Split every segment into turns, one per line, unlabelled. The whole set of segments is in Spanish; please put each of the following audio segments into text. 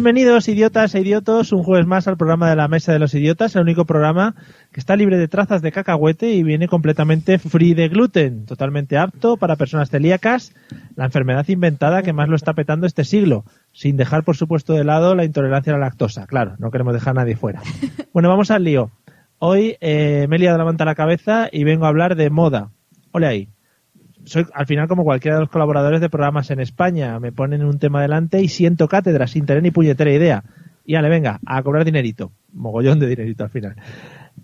Bienvenidos, idiotas e idiotos, un jueves más al programa de la Mesa de los Idiotas, el único programa que está libre de trazas de cacahuete y viene completamente free de gluten, totalmente apto para personas celíacas, la enfermedad inventada que más lo está petando este siglo, sin dejar, por supuesto, de lado la intolerancia a la lactosa. Claro, no queremos dejar a nadie fuera. Bueno, vamos al lío. Hoy eh, me he liado la manta a la cabeza y vengo a hablar de moda. Ole ahí soy al final como cualquiera de los colaboradores de programas en España. Me ponen un tema delante y siento cátedra sin tener ni puñetera idea. Y le venga, a cobrar dinerito. Mogollón de dinerito al final.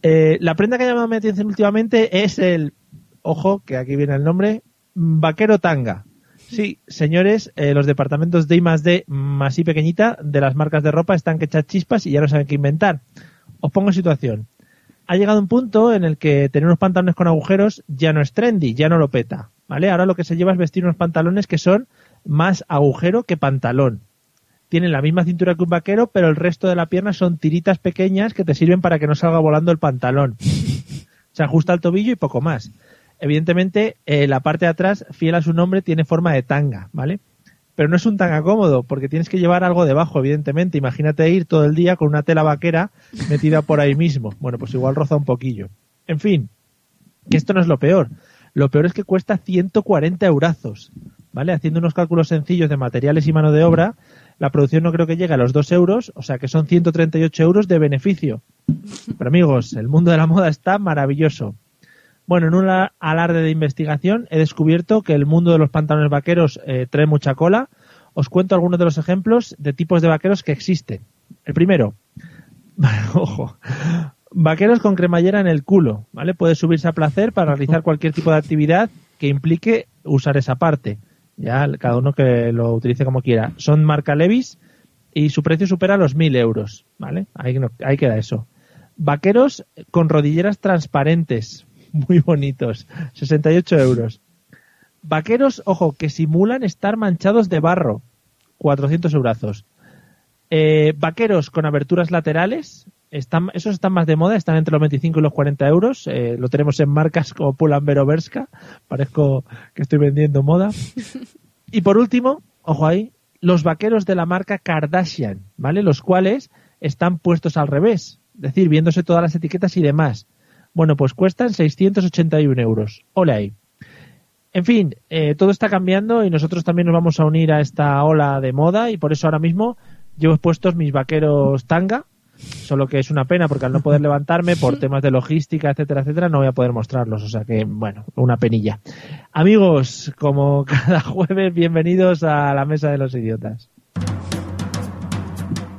Eh, la prenda que ha llamado mi atención últimamente es el, ojo, que aquí viene el nombre, vaquero tanga. Sí, señores, eh, los departamentos de I más D más I pequeñita de las marcas de ropa están que echar chispas y ya no saben qué inventar. Os pongo en situación. Ha llegado un punto en el que tener unos pantalones con agujeros ya no es trendy, ya no lo peta. ¿Vale? Ahora lo que se lleva es vestir unos pantalones que son más agujero que pantalón. Tienen la misma cintura que un vaquero, pero el resto de la pierna son tiritas pequeñas que te sirven para que no salga volando el pantalón. Se ajusta al tobillo y poco más. Evidentemente, eh, la parte de atrás, fiel a su nombre, tiene forma de tanga, ¿vale? Pero no es un tanga cómodo, porque tienes que llevar algo debajo, evidentemente. Imagínate ir todo el día con una tela vaquera metida por ahí mismo. Bueno, pues igual roza un poquillo. En fin, que esto no es lo peor. Lo peor es que cuesta 140 eurazos. ¿Vale? Haciendo unos cálculos sencillos de materiales y mano de obra, la producción no creo que llegue a los 2 euros, o sea que son 138 euros de beneficio. Pero amigos, el mundo de la moda está maravilloso. Bueno, en un alarde de investigación he descubierto que el mundo de los pantalones vaqueros eh, trae mucha cola. Os cuento algunos de los ejemplos de tipos de vaqueros que existen. El primero, ojo, Vaqueros con cremallera en el culo, ¿vale? Puedes subirse a placer para realizar cualquier tipo de actividad que implique usar esa parte. Ya, cada uno que lo utilice como quiera. Son marca Levis y su precio supera los 1000 euros, ¿vale? Ahí, no, ahí queda eso. Vaqueros con rodilleras transparentes, muy bonitos, 68 euros. Vaqueros, ojo, que simulan estar manchados de barro, 400 euros. Eh, vaqueros con aberturas laterales, están, esos están más de moda, están entre los 25 y los 40 euros. Eh, lo tenemos en marcas como Pull&Bear Berska. Parezco que estoy vendiendo moda. Y por último, ojo ahí, los vaqueros de la marca Kardashian, ¿vale? Los cuales están puestos al revés, es decir, viéndose todas las etiquetas y demás. Bueno, pues cuestan 681 euros. Hola ahí. En fin, eh, todo está cambiando y nosotros también nos vamos a unir a esta ola de moda y por eso ahora mismo llevo puestos mis vaqueros tanga, solo que es una pena porque al no poder levantarme por temas de logística, etcétera, etcétera, no voy a poder mostrarlos, o sea que bueno, una penilla. Amigos, como cada jueves, bienvenidos a la mesa de los idiotas.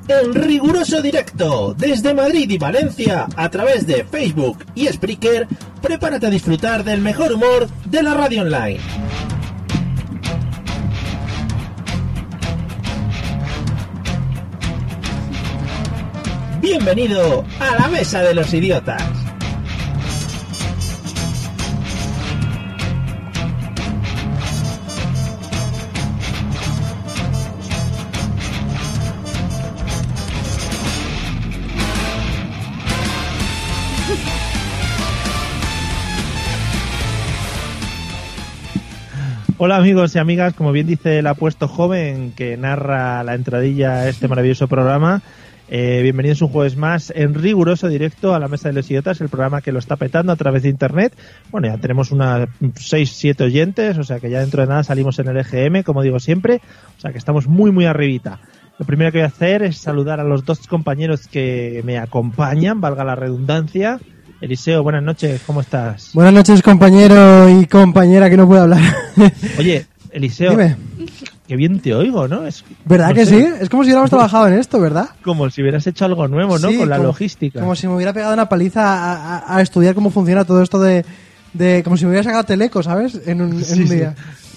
En riguroso directo, desde Madrid y Valencia, a través de Facebook y Spreaker, prepárate a disfrutar del mejor humor de la radio online. Bienvenido a la Mesa de los Idiotas.
Hola amigos y amigas, como bien dice el apuesto joven que narra la entradilla a este maravilloso programa, eh, bienvenidos un jueves más en riguroso directo a la Mesa de los Idiotas, el programa que lo está petando a través de internet. Bueno, ya tenemos unas 6, 7 oyentes, o sea que ya dentro de nada salimos en el EGM, como digo siempre, o sea que estamos muy, muy arribita. Lo primero que voy a hacer es saludar a los dos compañeros que me acompañan, valga la redundancia. Eliseo, buenas noches, ¿cómo estás?
Buenas noches, compañero y compañera que no puede hablar.
Oye, Eliseo,
Dime,
qué bien te oigo, ¿no? Es,
¿verdad
no
que
sé,
sí? Es como si hubiéramos trabajado en esto, ¿verdad?
Como si hubieras hecho algo nuevo, ¿no?
Sí,
Con la
como-
logística.
Como si me hubiera pegado una paliza a, a- a estudiar cómo funciona todo esto de, de- Como si me hubiera sacado teleco, ¿sabes? En un, en
Sí,
un
sí.
día.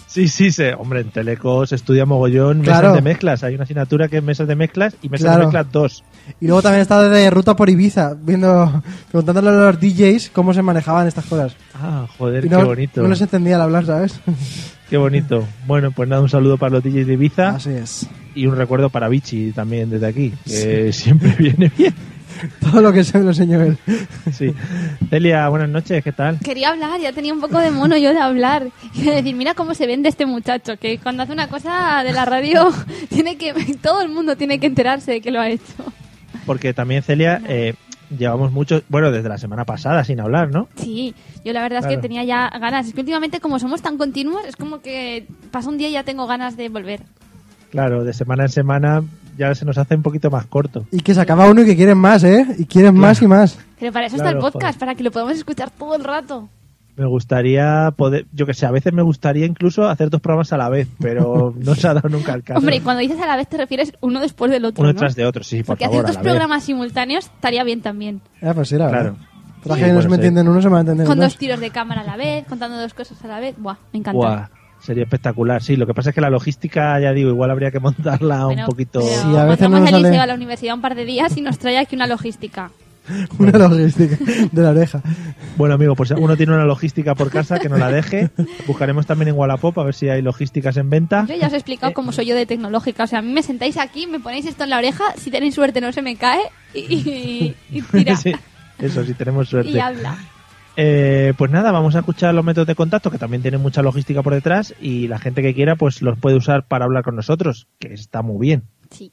Sí, sí, se- hombre, en Telecos estudia mogollón mesas
Claro.
de mezclas. Hay una asignatura que es mesas de mezclas y mesas de
Claro.
mezclas 2.
Y luego también he estado de ruta por Ibiza, viendo, preguntándole a los DJs cómo se manejaban estas cosas.
Ah, joder,
Y no,
qué bonito.
no les entendía al hablar, ¿sabes?
Qué bonito. Bueno, pues nada, un saludo para los DJs de Ibiza
Así es.
y un recuerdo para Vichy también desde aquí, que siempre viene bien.
Todo lo que se me lo enseñó él.
Sí. Celia, buenas noches, ¿qué tal?
Quería hablar, ya tenía un poco de mono yo de hablar. Y de decir, mira cómo se vende este muchacho, que cuando hace una cosa de la radio, tiene que todo el mundo tiene que enterarse de que lo ha hecho.
Porque también, Celia, eh, llevamos mucho, bueno, desde la semana pasada sin hablar, ¿no?
Sí, yo la verdad es
Claro.
que tenía ya ganas. Es que últimamente, como somos tan continuos, es como que pasa un día y ya tengo ganas de volver.
Claro, de semana en semana ya se nos hace un poquito más corto.
Y que se acaba uno y que quieren más, ¿eh? Y quieren más y más.
Pero para eso
Claro,
está el podcast,
joder.
para que lo podamos escuchar todo el rato.
Me gustaría poder, yo que sé, a veces me gustaría incluso hacer dos programas a la vez, pero no se ha dado nunca el caso.
Hombre, y cuando dices a la vez te refieres uno después del otro,
Uno
¿no?
tras de otro, sí, por
Porque
favor,
hacer
a
dos
la vez.
programas simultáneos estaría bien también.
Ah, pues sí, la verdad.
Claro.
Para
Sí,
que no
bueno,
se me
sí.
entienden uno, se me va a entender
Con
dos.
dos tiros de cámara a la vez, contando dos cosas a la vez. Buah, me encanta.
Buah, sería espectacular, sí. Lo que pasa es que la logística, ya digo, igual habría que montarla
Bueno,
un poquito.
pero
Sí, a veces
mandamos
no nos
al
sale.
liceo a la universidad un par de días y nos trae aquí una logística.
Una logística de la oreja.
Bueno, amigo, pues si uno tiene una logística por casa, que no la deje. Buscaremos también en Wallapop a ver si hay logísticas en venta.
Yo ya os he explicado cómo soy yo de tecnológica. O sea, a mí me sentáis aquí, me ponéis esto en la oreja, si tenéis suerte no se me cae y, y- y tira.
Sí, eso, si tenemos suerte.
y habla.
Eh, pues nada, vamos a escuchar los métodos de contacto, que también tienen mucha logística por detrás, y la gente que quiera, pues los puede usar para hablar con nosotros, que está muy bien.
Sí.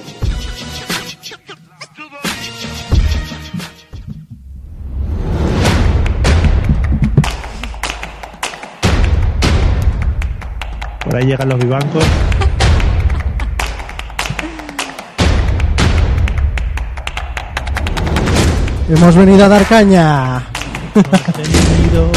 Por ahí llegan los vivancos.
Hemos venido a dar caña.
Bienvenido.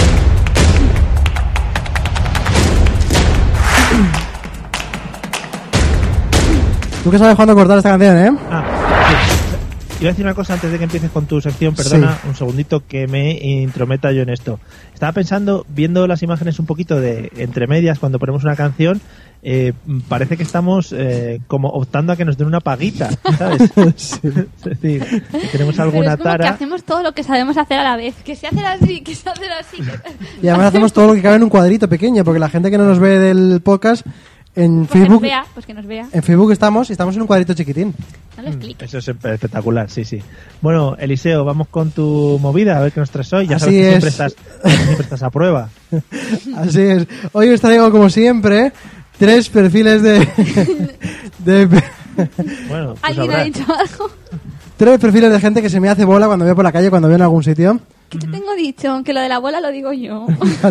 Tú que sabes cuándo cortar esta canción, ¿eh?
Ah, sí. Iba a decir una cosa antes de que empieces con tu sección, perdona un segundito que me intrometa yo en esto. Estaba pensando, viendo las imágenes un poquito de entre medias cuando ponemos una canción, eh, parece que estamos eh, como optando a que nos den una paguita, ¿sabes? es decir, que tenemos
Pero
alguna
es como que
tara.
hacemos todo lo que sabemos hacer a la vez. Que se hace así, que se hace así. que-
Y además hacemos todo lo que cabe en un cuadrito pequeño, porque la gente que no nos ve del podcast en
Pues que nos
Facebook,
vea, pues que nos vea.
en Facebook estamos y estamos en un cuadrito chiquitín.
No lo expliques.
Eso es espectacular, sí, sí. Bueno, Eliseo, vamos con tu movida, a ver qué nos traes hoy. Ya
Así
sabes que siempre
es.
estás, siempre estás a prueba.
Así es. Hoy os traigo, como siempre, tres perfiles de... de
Bueno, pues tú
¿Alguien ha
sabrás.
dicho algo?
tres perfiles de gente que se me hace bola cuando veo por la calle, cuando veo en algún sitio.
¿Qué te tengo dicho? Que lo de la bola lo digo yo.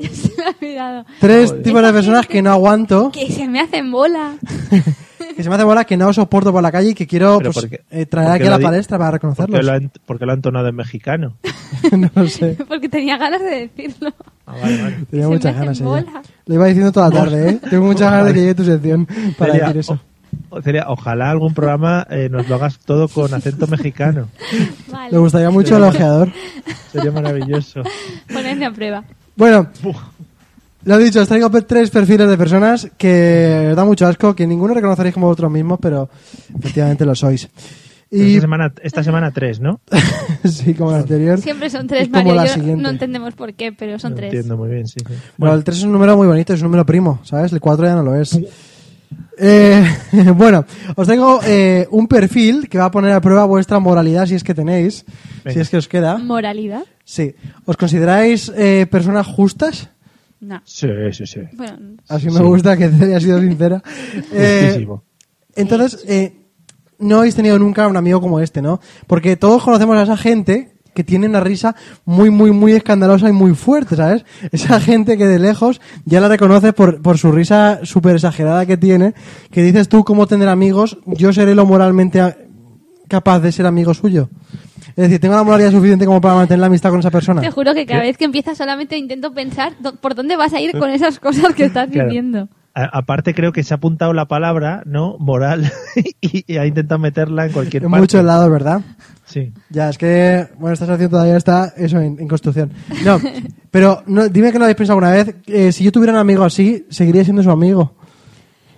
ya se me ha olvidado.
Tres tipos de personas que no aguanto,
Que se me hacen bola.
que se me hace bola, que no soporto por la calle y que quiero
Pero
pues,
¿por qué-
eh, traer
por qué
aquí a
lo
la
di-
palestra para
¿Por qué,
reconocerlos.
lo han- por qué lo han tonado en mexicano?
no lo sé.
Porque tenía ganas de decirlo.
Ah, vale, vale.
Tenía
Se me
muchas
hacen
ganas ella.
bola.
Lo iba diciendo toda la tarde, ¿eh? Tengo muchas ganas de que llegue tu sección para
Celia,
decir eso.
o- o- Celia, ojalá algún programa eh, nos lo hagas todo con acento mexicano.
Vale.
Le gustaría mucho el ojeador.
Sería maravilloso.
Ponedme a prueba.
Bueno,
Buf.
lo dicho, os traigo pe- tres perfiles de personas que os da mucho asco, que ninguno reconoceréis como vosotros mismos, pero efectivamente lo sois. Y
Esta, semana, esta semana tres, ¿no?
sí, como el anterior.
Siempre son tres,
Es como
Mario.
la
Yo
siguiente.
no entendemos por qué, pero son
No
tres.
Entiendo muy bien, sí. sí.
Bueno, el 3 es un número muy bonito, es un número primo, ¿sabes? El 4 ya no lo es. Eh, bueno, os tengo eh, un perfil que va a poner a prueba vuestra moralidad si es que tenéis, si
Venga.
es que os queda.
¿Moralidad?
Sí. ¿Os consideráis eh, personas justas?
No.
Sí, sí, sí.
Bueno,
Así me
Sí.
gusta que Celia ha sido sincera. Eh,
Justísimo.
entonces, eh, no habéis tenido nunca un amigo como este, ¿no? Porque todos conocemos a esa gente que tiene una risa muy, muy, muy escandalosa y muy fuerte, ¿sabes? Esa gente que de lejos ya la reconoces por, por su risa súper exagerada que tiene, que dices tú, ¿cómo tener amigos? Yo seré lo moralmente a- capaz de ser amigo suyo. Es decir, tengo la moralidad suficiente como para mantener la amistad con esa persona.
te juro que cada vez que empiezas solamente intento pensar do- por dónde vas a ir con esas cosas que estás
Claro.
viviendo.
A- aparte creo que se ha apuntado la palabra, ¿no? Moral y, y ha intentado meterla en cualquier
En
parte.
muchos lados, ¿verdad?
Sí.
Ya, es que, bueno, esta sección todavía está eso en, en construcción. No, Pero no, dime que lo habéis pensado alguna vez. eh, si yo tuviera un amigo así, seguiría siendo su amigo.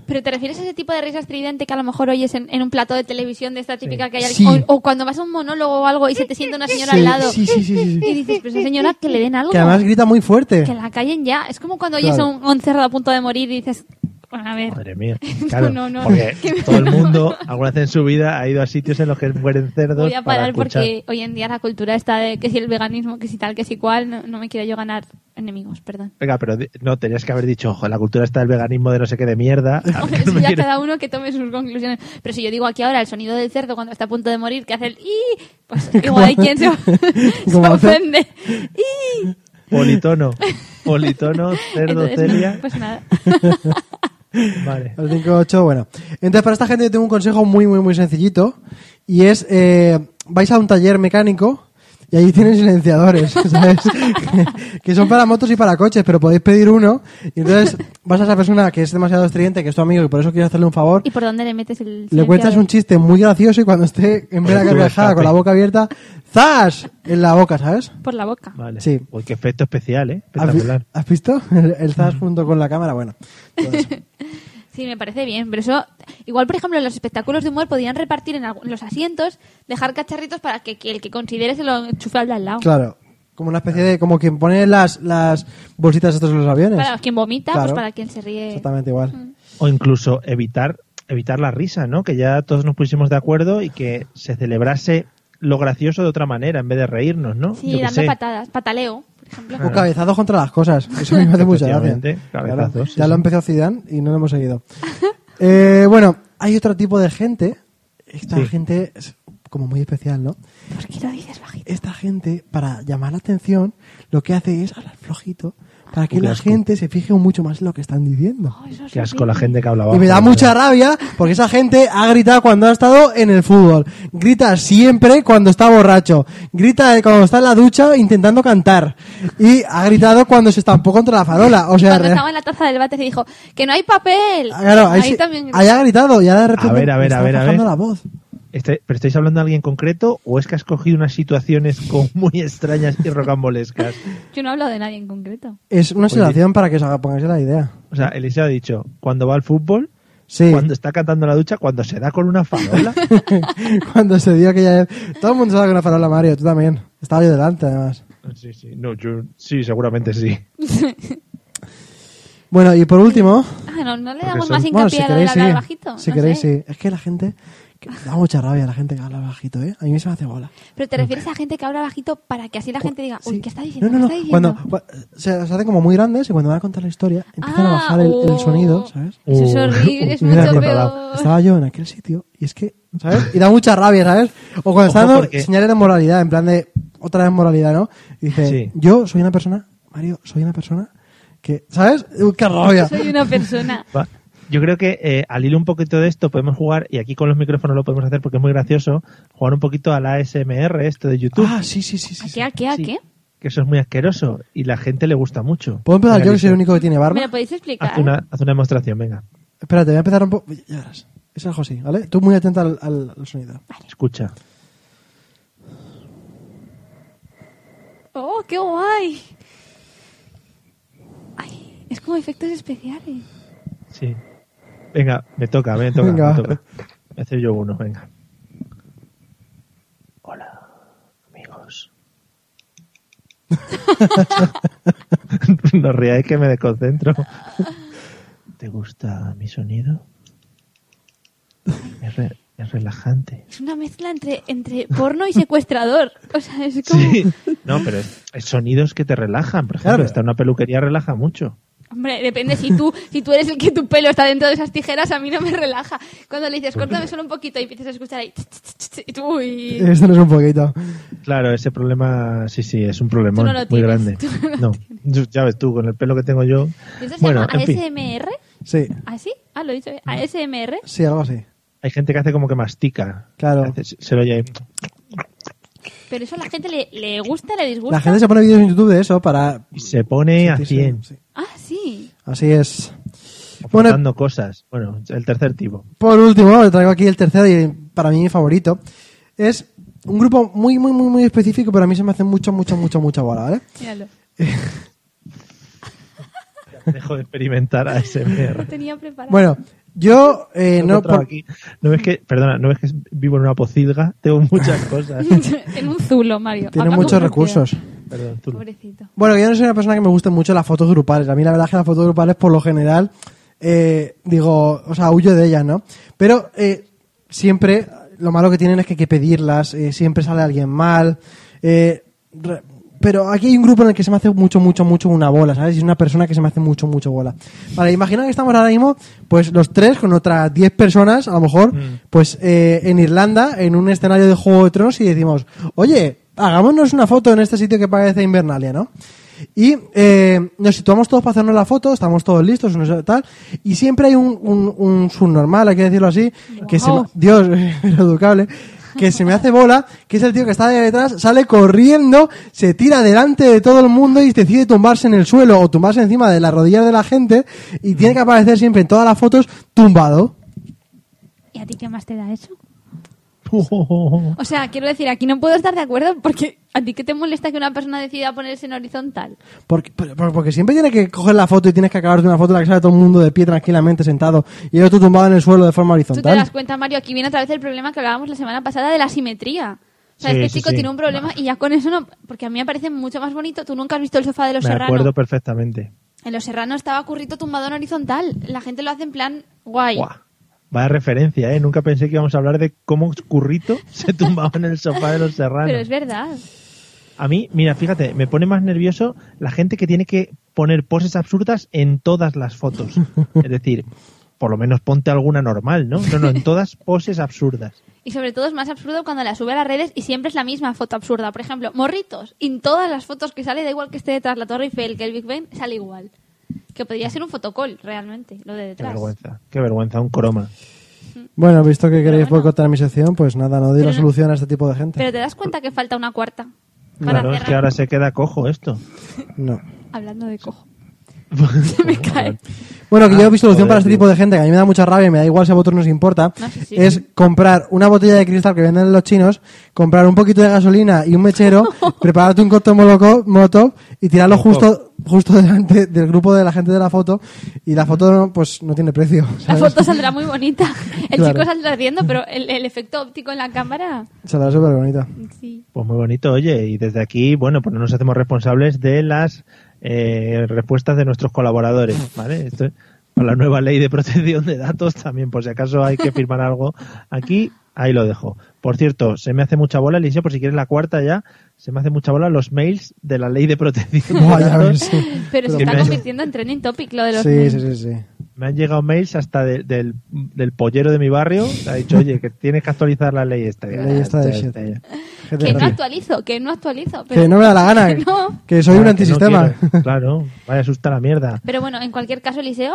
Pero te refieres a ese tipo de risa estridente que a lo mejor oyes en, en un plato de televisión de esta típica que hay al-
Sí.
o, o cuando vas a un monólogo o algo y se te sienta una señora
Sí,
al lado
sí, sí, sí, sí, sí.
y dices, pero esa señora que le den algo,
Que además grita muy fuerte.
que la callen ya. Es como cuando oyes a
Claro.
un, a un cerdo a punto de morir y dices, bueno, a ver,
Madre mía. Claro,
no, no,
porque
no. Que-
todo el mundo alguna vez en su vida ha ido a sitios en los que mueren cerdos.
voy a parar
para escuchar.
porque hoy en día la cultura está de que si el veganismo, que si tal, que si cual, no, no me quiero yo ganar enemigos, perdón.
Venga, pero di- no, tenías que haber dicho, ojo, la cultura está del veganismo de no sé qué de mierda. A ver, Ah, no
Eso
me
ya
quiero-
cada uno que tome sus conclusiones. Pero si yo digo aquí ahora el sonido del cerdo cuando está a punto de morir, que hace el ¡i! Pues igual hay quien se, se
Como hace-
ofende. ¡i!
Politono. Politono, cerdo,
Entonces, no,
celia.
pues nada.
Vale.
Al 5-8, bueno. Entonces, para esta gente yo tengo un consejo muy, muy, muy sencillito. Y es, eh, vais a un taller mecánico y ahí tienen silenciadores, ¿sabes? que son para motos y para coches, pero podéis pedir uno. Y entonces vas a esa persona que es demasiado estridente, que es tu amigo y por eso quieres hacerle un favor.
¿Y por dónde le metes el
Le cuentas
silenciador?
un chiste muy gracioso y cuando esté en vez de la carcajada con la boca abierta, ¡zas! En la boca, ¿sabes?
Por la boca.
Vale.
Sí.
Uy, qué efecto especial, ¿eh?
¿Has, vi-
Espectacular.
has visto? El, el zas junto con la cámara, bueno.
Sí, me parece bien, pero eso... Igual, por ejemplo, en los espectáculos de humor podrían repartir en algu- los asientos, dejar cacharritos para que, que el que considere se lo enchufe al de al lado.
Claro. Como una especie de. Como quien pone las, las bolsitas estas en los aviones.
Para quien vomita,
Claro.
pues para quien se ríe.
Exactamente igual.
O incluso evitar, evitar la risa, ¿no? Que ya todos nos pusimos de acuerdo y que se celebrase lo gracioso de otra manera en vez de reírnos, ¿no?
Sí,
Yo qué
dando
sé.
patadas. Pataleo, por ejemplo.
O cabezazos contra las cosas. Eso me hace mucha gracia.
Efectivamente, cabezazos,
Claro,
sí,
ya lo
sí.
empezó Zidane y no lo hemos seguido. Eh, bueno, hay otro tipo de gente. Esta
Sí.
gente es como muy especial, ¿no?
¿Por qué lo dices bajito?
Esta gente, para llamar la atención, lo que hace es hablar flojito para que
Qué
la
asco.
gente se fije mucho más en lo que están diciendo.
Oh, eso es
Qué asco la
horrible.
gente que hablaba.
Y me da mucha rabia porque esa gente ha gritado cuando ha estado en el fútbol. Grita siempre cuando está borracho. Grita cuando está en la ducha intentando cantar. Y ha gritado cuando se estampó contra la farola. O sea,
Cuando
re- Ah,
estaba en la taza del bate se dijo que no hay papel.
eh. claro, ahí,
Ahí
sí-
también.
ahí ha gritado y ahora de repente
A ver, a
me
ver,
está
a ver, a
bajando
ver.
la voz.
Este- ¿Pero estáis hablando de alguien concreto o es que has cogido unas situaciones como muy extrañas y rocambolescas?
Yo no hablo de nadie en concreto.
Es una situación para que os haga- pongáis la idea.
O sea, Eliseo ha dicho, cuando va al fútbol,
Sí.
cuando está cantando en la ducha, cuando se da con una farola.
Cuando se dio aquella vez. Todo el mundo sabe con la farola, Mario. Tú también. Estaba yo delante, además.
sí, sí, no, yo, sí, seguramente sí.
Bueno, y por último.
Ah, no, no le
Porque
damos
son-
más hincapié a lo del hablar bajito.
Si
no
queréis,
sé.
sí. Es que la gente. que da mucha rabia la gente que habla bajito, ¿eh? A mí se me hace bola.
Pero te refieres a gente que habla bajito para que así la gente diga, uy,
Sí.
¿qué está diciendo?
No, no,
¿Qué
no.
está
Cuando,
diciendo?
cua- se, se hacen como muy grandes y cuando van a contar la historia empiezan a
Ah,
bajar el, el
oh.
sonido, ¿sabes? Oh.
Eso es
Uh,
horrible, es
me hubiera
mucho
acordado.
peor.
Estaba yo en aquel sitio y es que, ¿sabes? Y da mucha rabia, ¿sabes? O cuando está
Ojo,
dando
porque-
señales de moralidad, en plan de otra vez moralidad, ¿no? Y dice,
Sí.
yo soy una persona, Mario, soy una persona que, ¿sabes? Uy, ¡Qué rabia!
Soy una persona.
Va. Yo creo que eh, al hilo un poquito de esto podemos jugar, y aquí con los micrófonos lo podemos hacer porque es muy gracioso, jugar un poquito a la ASMR, esto de YouTube,
Ah, sí, sí, sí, sí.
¿A
sí.
qué, a qué, a
Sí.
qué?
que eso es muy asqueroso y la gente le gusta mucho.
¿Puedo empezar
Venga,
yo que soy el
Alicia,
único que tiene barba?
¿Me lo podéis explicar?
Haz una, haz una demostración, venga,
Espérate, voy a empezar un poco. Ya verás. Es el José, ¿vale? Tú muy atenta al, al- al sonido.
escucha.
¡Oh, qué guay! Ay, es como efectos especiales.
Sí. Venga, me toca, me toca,
Venga.
me toca. Voy a hacer yo uno, venga. Hola, amigos. no ríais que me desconcentro. ¿Te gusta mi sonido? Es, re- es relajante.
Es una mezcla entre, entre porno y secuestrador. O sea, es como...
Sí. No, pero es, es sonidos que te relajan. Por ejemplo,
Claro.
estar en una peluquería relaja mucho.
Hombre, depende si tú, si tú eres el que tu pelo está dentro de esas tijeras, a mí no me relaja. Cuando le
Pues
dices, córtame solo un poquito y empiezas a escuchar ahí, tss, tss, tss, y tú, uy.
Esto no es un poquito.
Claro, ese problema, sí, sí, es un problema
Tú no lo
muy
tienes,
grande.
tú no lo
No, Yo- ya ves tú, con el pelo que tengo yo.
¿Y ¿Eso se
Bueno,
llama
en fin,
ASMR?
Sí,
¿Así? Ah, lo he dicho. bien. ¿ASMR?
sí, algo así.
hay gente que hace como que mastica.
Claro.
Hace- Se, se lo oye ahí.
Pero eso a la gente le, le gusta, le disgusta.
La gente se pone vídeos en YouTube de eso para.
y se pone a 100,
Sí.
Ah, sí.
Así es. Bueno,
aportando cosas. Bueno, el tercer tipo.
por último, le traigo aquí el tercero y para mí mi favorito. Es un grupo muy, muy, muy, muy específico, pero a mí se me hace mucho, mucho, mucho, mucha bola, ¿vale?
Míralo.
Dejo de experimentar
Lo
ASMR.
tenía preparado.
Bueno, yo eh,
He
no...
encontrado
por-
aquí. ¿No ves que, perdona, no ves que vivo en una pocilga? Tengo muchas cosas.
en un zulo, Mario.
Tiene
Habla con
muchos
propiedad.
recursos.
Perdón, tú.
Pobrecito.
Bueno, yo no soy una persona que me gusten mucho las fotos grupales. A mí la verdad es que las fotos grupales, por lo general, eh, digo, o sea, huyo de ellas, ¿no? Pero eh, siempre, lo malo que tienen es que hay que pedirlas, eh, siempre sale alguien mal. eh, re- pero aquí hay un grupo en el que se me hace mucho, mucho, mucho una bola, ¿sabes? Y es una persona que se me hace mucho, mucho bola. Vale, imagina que estamos ahora mismo, pues los tres con otras 10 personas, a lo mejor, pues eh, en Irlanda, en un escenario de Juego de Tronos y decimos, oye, hagámonos una foto en este sitio que parece Invernalia, ¿no? Y eh, nos situamos todos para hacernos la foto, estamos todos listos, no sé, tal, y siempre hay un, un, un subnormal, hay que decirlo así, que se
Wow.
ma- Dios, era educable, que se me hace bola, que es el tío que está de detrás, sale corriendo, se tira delante de todo el mundo y decide tumbarse en el suelo o tumbarse encima de las rodillas de la gente y tiene que aparecer siempre en todas las fotos tumbado.
¿Y a ti qué más te da eso?
Oh, oh, oh, oh.
O sea, quiero decir, aquí no puedo estar de acuerdo porque a ti qué te molesta que una persona decida ponerse en horizontal.
Porque, por- por- porque siempre tiene que coger la foto y tienes que acabarte una foto en la que sale todo el mundo de pie tranquilamente sentado y el otro tumbado en el suelo de forma
Tú te das
horizontal.
cuenta, Mario, aquí viene otra vez el problema que hablábamos la semana pasada de la simetría. O sea,
Sí,
este
sí,
chico
sí.
tiene un problema y ya con eso no... Porque a mí me parece mucho más bonito. Tú nunca has visto el sofá de los
Me
serranos.
acuerdo perfectamente.
En los serranos estaba currito tumbado en horizontal. La gente lo hace en plan guay.
Buah. Vaya referencia, ¿eh? Nunca pensé que íbamos a hablar de cómo Currito se tumbaba en el sofá de los serranos.
Pero es verdad.
A mí, mira, fíjate, me pone más nervioso la gente que tiene que poner poses absurdas en todas las fotos. Es decir, por lo menos ponte alguna normal, ¿no? No, no, en todas poses absurdas.
Y sobre todo es más absurdo cuando la sube a las redes y siempre es la misma foto absurda. Por ejemplo, morritos. Y en todas las fotos que sale, da igual que esté detrás la Torre Eiffel, que el Big Ben, sale igual. Que podría ser un fotocall, realmente, lo de
Qué
detrás.
vergüenza, qué vergüenza, un croma.
Bueno, visto que queréis
bueno.
boicotar mi sección, pues nada, no di la
Pero-
solución a este tipo de gente.
Pero te das cuenta que falta una cuarta. Para
Claro, es
cerrar.
que ahora se queda cojo esto.
No.
Hablando de cojo. Se me cae.
Bueno, que yo he visto
Ah, joder,
solución para este
tío.
tipo de gente, que a mí me da mucha rabia y me da igual si a vosotros no os importa,
No, sí, sí.
es comprar una botella de cristal que venden los chinos, comprar un poquito de gasolina y un mechero, prepararte un cóctel moloco- molotov y tirarlo justo justo delante del grupo de la gente de la foto y la foto no, pues no tiene precio.
La
¿sabes?
foto saldrá muy bonita. El
Claro.
chico saldrá riendo, pero el, el efecto óptico en la cámara.
Saldrá súper bonita.
Sí.
Pues muy bonito, oye, y desde aquí, bueno, pues no nos hacemos responsables de las eh, respuestas de nuestros colaboradores, ¿vale? Esto es con la nueva ley de protección de datos también, por si acaso hay que firmar algo aquí, ahí lo dejo. Por cierto, se me hace mucha bola, Eliseo, por si quieres la cuarta ya, se me hace mucha bola los mails de la ley de protección de
Buah, ya
datos.
ves, sí.
Pero se
Pero
está
me-
convirtiendo en trending topic lo de los
Sí,
memes.
sí, sí, sí.
Me han llegado mails hasta de- del, del pollero de mi barrio, que ha dicho, oye, que tienes que actualizar la ley esta.
La ley esta de shit. Gente
Que no
rara.
actualizo, que no actualizo. Pero...
Que no me da la gana,
Que no.
que soy un
Ah, que no
antisistema.
quiero. claro, vaya asusta la mierda.
Pero bueno, en cualquier caso, Eliseo,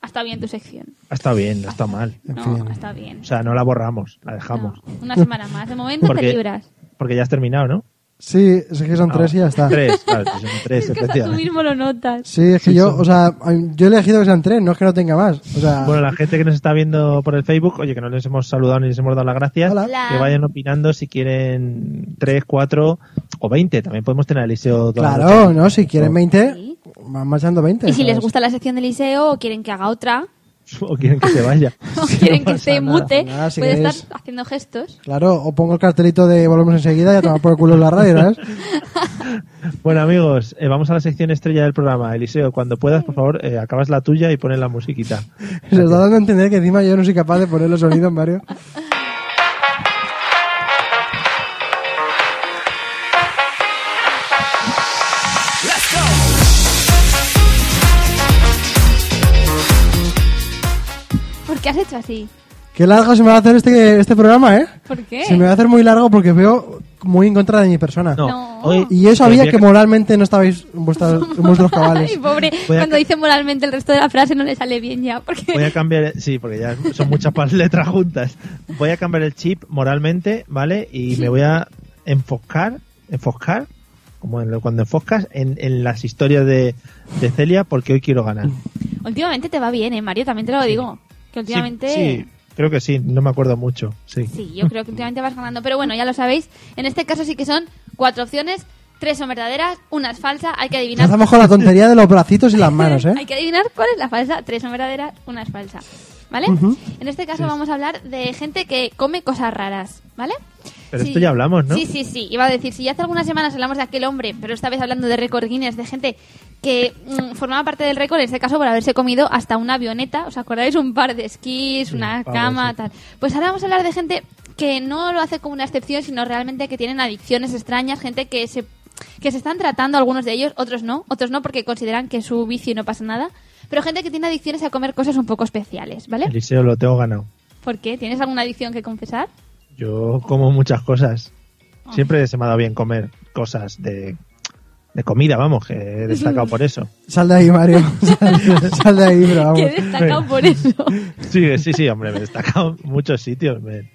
ha estado bien tu sección.
Ha estado bien, no está mal.
En
No,
fin.
ha estado bien.
O sea, no la borramos, la dejamos.
No, una semana más. De momento te libras.
porque ya has terminado, ¿no?
Sí, es que son tres y ya está.
Tres, claro, si son tres,
Es que hasta tú
efectivamente.
mismo lo notas.
Sí, es que yo, o sea, yo he elegido que sean tres, no es que no tenga más. O sea,
Bueno, la gente que nos está viendo por el Facebook, oye, que no les hemos saludado ni les hemos dado las gracias,
Hola.
Hola.
que vayan opinando si quieren tres, cuatro o veinte. También podemos tener a Eliseo. toda la
claro,
noche.
¿no? Si quieren 20,
Sí.
van marchando 20.
Y si les
¿sabes?
gusta la sección de Eliseo o quieren que haga otra,
O quieren que se vaya.
o
No
quieren que
pasa
esté
nada.
mute,
Nada, si
puede
queréis.
estar haciendo gestos.
Claro, o pongo el cartelito de volvemos enseguida y a tomar por el culo la radio, ¿sabes?
Bueno, amigos, eh, vamos a la sección estrella del programa. Eliseo, cuando puedas, por favor, eh, acabas la tuya y pones la musiquita.
Se está dando a entender que encima yo no soy capaz de poner los sonidos, Mario.
¿Por qué has hecho así?
Qué largo se me va a hacer este, este programa, ¿eh?
¿Por qué?
Se me va a hacer muy largo porque veo muy en contra de mi persona.
No,
No.
hoy-
Y yo sabía
Tendría
que moralmente no estabais en vuestros, en vuestros cabales.
Ay, pobre.
Voy a
Cuando
ca-
dice moralmente el resto de la frase no le sale bien ya. Porque
Voy a cambiar, sí, porque ya son muchas pa- letras juntas. Voy a cambiar el chip moralmente, ¿vale? Y me voy a enfocar, enfocar, como en lo- cuando enfocas, en, en las historias de, de Celia, porque hoy quiero ganar.
últimamente te va bien, ¿eh, Mario? También te lo digo.
Sí,
Que últimamente...
Sí, creo que sí, no me acuerdo mucho. Sí.
Sí, yo creo que últimamente vas ganando. Pero bueno, ya lo sabéis. En este caso sí que son cuatro opciones, Tres son verdaderas, una es falsa, hay que adivinar.
Empezamos con la tontería de los bracitos y las manos, ¿eh?
Hay que adivinar cuál es la falsa. Tres son verdaderas, una es falsa. ¿Vale? En este caso vamos a hablar de gente que come cosas raras, ¿vale?
Pero esto ya hablamos, ¿no?
Sí, sí, sí. Iba a decir, si ya hace algunas semanas hablamos de aquel hombre, pero esta vez hablando de récord Guinness, de gente que mm, formaba parte del récord, en este caso por haberse comido hasta una avioneta, ¿os acordáis? Un par de esquís, una
pavo,
cama,
sí.
tal. Pues ahora vamos a hablar de gente que no lo hace como una excepción, sino realmente que tienen adicciones extrañas, gente que se que se están tratando algunos de ellos, otros no, otros no porque consideran que es su vicio y no pasa nada, pero gente que tiene adicciones a comer cosas un poco especiales, ¿vale?
Eliseo, lo tengo ganado.
¿Por qué? ¿Tienes alguna adicción que confesar?
Yo como muchas cosas. Siempre se me ha dado bien comer cosas de, de comida, vamos, que he destacado por eso.
Sal de ahí, Mario. Sal, sal de ahí, pero vamos.
Que he destacado por eso.
Sí, sí, sí, hombre, me he destacado en muchos sitios. me-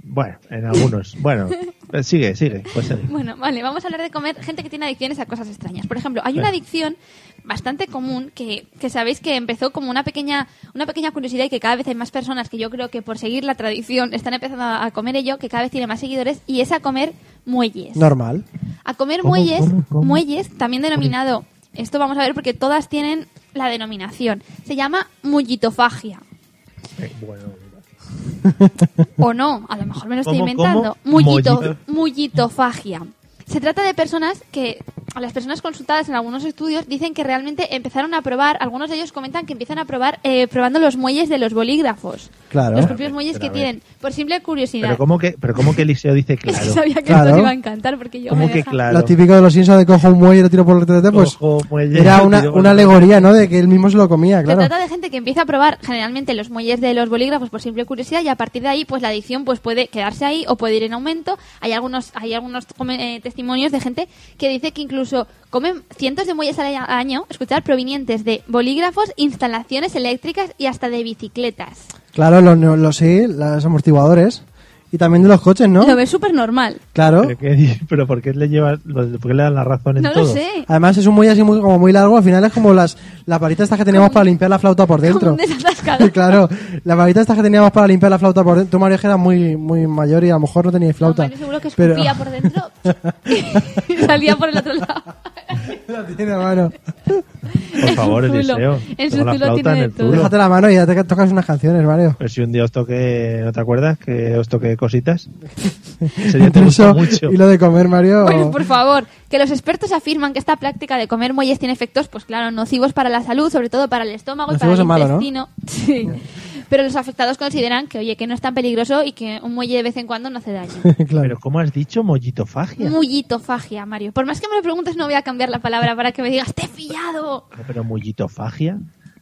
bueno, en algunos. Bueno, eh, sigue, sigue. pues sigue.
Bueno, vale, vamos a hablar de comer gente que tiene adicciones a cosas extrañas. Por ejemplo, hay una
Venga.
adicción bastante común que, que sabéis que empezó como una pequeña, una pequeña curiosidad y que cada vez hay más personas que yo creo que por seguir la tradición están empezando a a comer ello, que cada vez tiene más seguidores, y es a comer muelles.
Normal.
A comer
¿Cómo,
muelles,
cómo, cómo?
muelles, también denominado, esto vamos a ver porque todas tienen la denominación, se llama mullitofagia.
Eh, bueno.
O no, a lo mejor me lo estoy
¿Cómo,
inventando.
cómo?
Mullito,
Mollito.
mullitofagia. Se trata de personas que, a las personas consultadas en algunos estudios, dicen que realmente empezaron a probar, algunos de ellos comentan que empiezan a probar eh, probando los muelles de los bolígrafos.
Claro.
Los
Espera,
propios
ve-
muelles que
espera, a ver.
tienen, por simple curiosidad.
Pero ¿cómo que, pero ¿cómo que Eliseo dice
Es que
claro?
sabía que
Claro.
esto te iba a encantar porque yo
¿Cómo
me
que
deja-
claro?
Lo típico de los Simpsons de cojo un muelle y lo tiro por el TTT, pues
Cojo muelle,
era
lo
una,
tiro por
una
el TTT.
alegoría, ¿no? De que él mismo se lo comía,
Se
Ah, claro.
trata de gente que empieza a probar generalmente los muelles de los bolígrafos por simple curiosidad y a partir de ahí pues la adicción pues puede quedarse ahí o puede ir en aumento. Hay algunos hay algunos come- eh, testimonios de gente que dice que incluso comen cientos de muelles al a- año, escuchar provenientes de bolígrafos, instalaciones eléctricas y hasta de bicicletas.
Claro, los, neo- los sí, los amortiguadores. Y también de los coches, ¿no?
Lo ves súper normal.
Claro.
¿Pero, qué di- pero por qué le llevas, por qué le dan la razón en
No
todo?
lo sé.
Además es un muelle así muy, como muy largo, al final es como las, las varitas estas que teníamos para limpiar la flauta por
Como
dentro.
un desatascador.
claro, las varitas estas que teníamos para limpiar la flauta por dentro. Tú, Mario, es que eras muy, muy mayor y a lo mejor no tenías flauta.
No, Mario seguro que
pero-
escupía por dentro y salía por el otro lado.
La tiene a mano.
Por favor,
En su zulo.
Eliseo.
En su
tengo la
zulo
flauta
tiene
en el
de todo.
zulo.
Déjate la mano y ya te tocas unas canciones, Mario.
Pero si un día os toqué, ¿no te acuerdas? Que os toqué cositas. Ese día te gustó
Eso,
mucho.
Y lo de comer, Mario.
Bueno, por favor, que los expertos afirman que esta práctica de comer muelles tiene efectos, pues claro, nocivos para la salud, sobre todo para el estómago y para
Nocivos
el
es malo, ¿no?
intestino. Sí. Pero los afectados consideran que, oye, que no es tan peligroso y que un muelle de vez en cuando no hace daño.
claro.
Pero ¿cómo has dicho? Mollitofagia.
Mullitofagia, Mario. Por más que me lo preguntes, no voy a cambiar la palabra para que me digas, te he pillado.
No, Pero mollitofagia.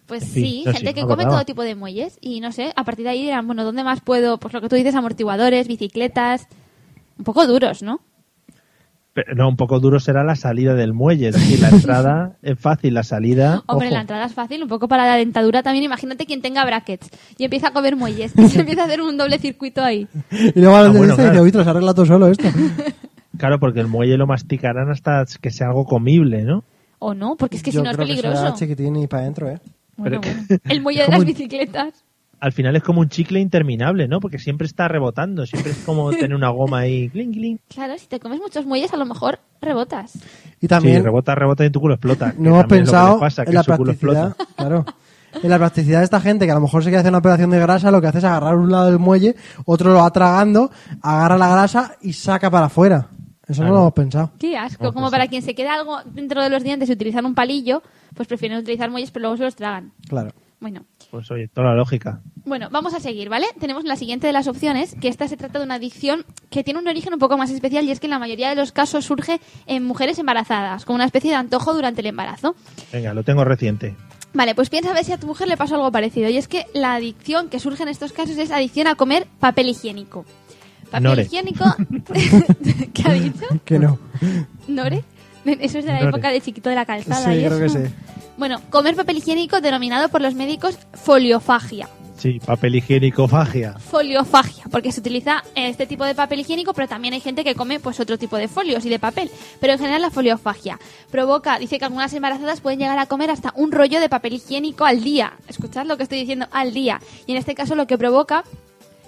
Pues
En
sí,
fin, no,
gente
sí,
que
me
come
acordaba.
todo tipo de muelles y no sé, a partir de ahí dirán, bueno, ¿dónde más puedo? Pues lo que tú dices, amortiguadores, bicicletas, un poco duros, ¿no?
Pero, no, un poco duro será la salida del muelle. Es decir, la entrada es fácil, la salida.
Hombre,
ojo.
la entrada es fácil, un poco para la dentadura también. Imagínate quien tenga brackets y empieza a comer muelles y se empieza a hacer un doble circuito ahí.
Y luego al
Ah, bueno,
dentista y dice,
claro.
uy, te lo has arreglado tú solo esto.
Claro, porque el muelle lo masticarán hasta que sea algo comible, ¿no?
O no, porque es que
Yo
si no es
creo será
peligroso.
chiquitín y para adentro, ¿eh?
Bueno,
Pero-
bueno. El muelle de
¿Cómo
las
un-
bicicletas.
Al final es como un chicle interminable, ¿no? Porque siempre está rebotando. Siempre es como tener una goma ahí. Cling, cling.
Claro, si te comes muchos muelles, a lo mejor rebotas.
Y
Sí,
también
rebota, rebota y tu culo explota. que
no hemos
también es lo que
pensado
le pasa, que
en la
su culo
practicidad.
explota.
Claro. En la practicidad de esta gente, que a lo mejor se quiere hacer una operación de grasa, lo que hace es agarrar un lado del muelle, otro lo va tragando, agarra la grasa y saca para afuera. Eso no
Claro.
lo hemos pensado.
Qué asco.
No,
Como
pues
para quien se queda algo dentro de los dientes y utilizar un palillo, pues prefieren utilizar muelles, pero luego se los tragan.
Claro.
Bueno,
Pues oye, toda la lógica.
Bueno, vamos a seguir, ¿vale? Tenemos la siguiente de las opciones, que esta se trata de una adicción que tiene un origen un poco más especial y es que en la mayoría de los casos surge en mujeres embarazadas, como una especie de antojo durante el embarazo.
Venga, lo tengo reciente.
Vale, pues piensa a ver si a tu mujer le pasó algo parecido. Y es que la adicción que surge en estos casos es adicción a comer papel higiénico. Papel
Nore.
higiénico... ¿Qué ha dicho?
Que no.
¿Nore? Eso es de la
Nore.
época de chiquito de la calzada.
Sí,
y
creo que
eso.
sí.
Bueno, comer papel higiénico denominado por los médicos foliofagia.
Sí, papel higiénico, fagia.
foliofagia, porque se utiliza este tipo de papel higiénico, pero también hay gente que come pues otro tipo de folios y de papel. Pero en general la foliofagia provoca, dice que algunas embarazadas pueden llegar a comer hasta un rollo de papel higiénico al día. Escuchad lo que estoy diciendo, al día. Y en este caso lo que provoca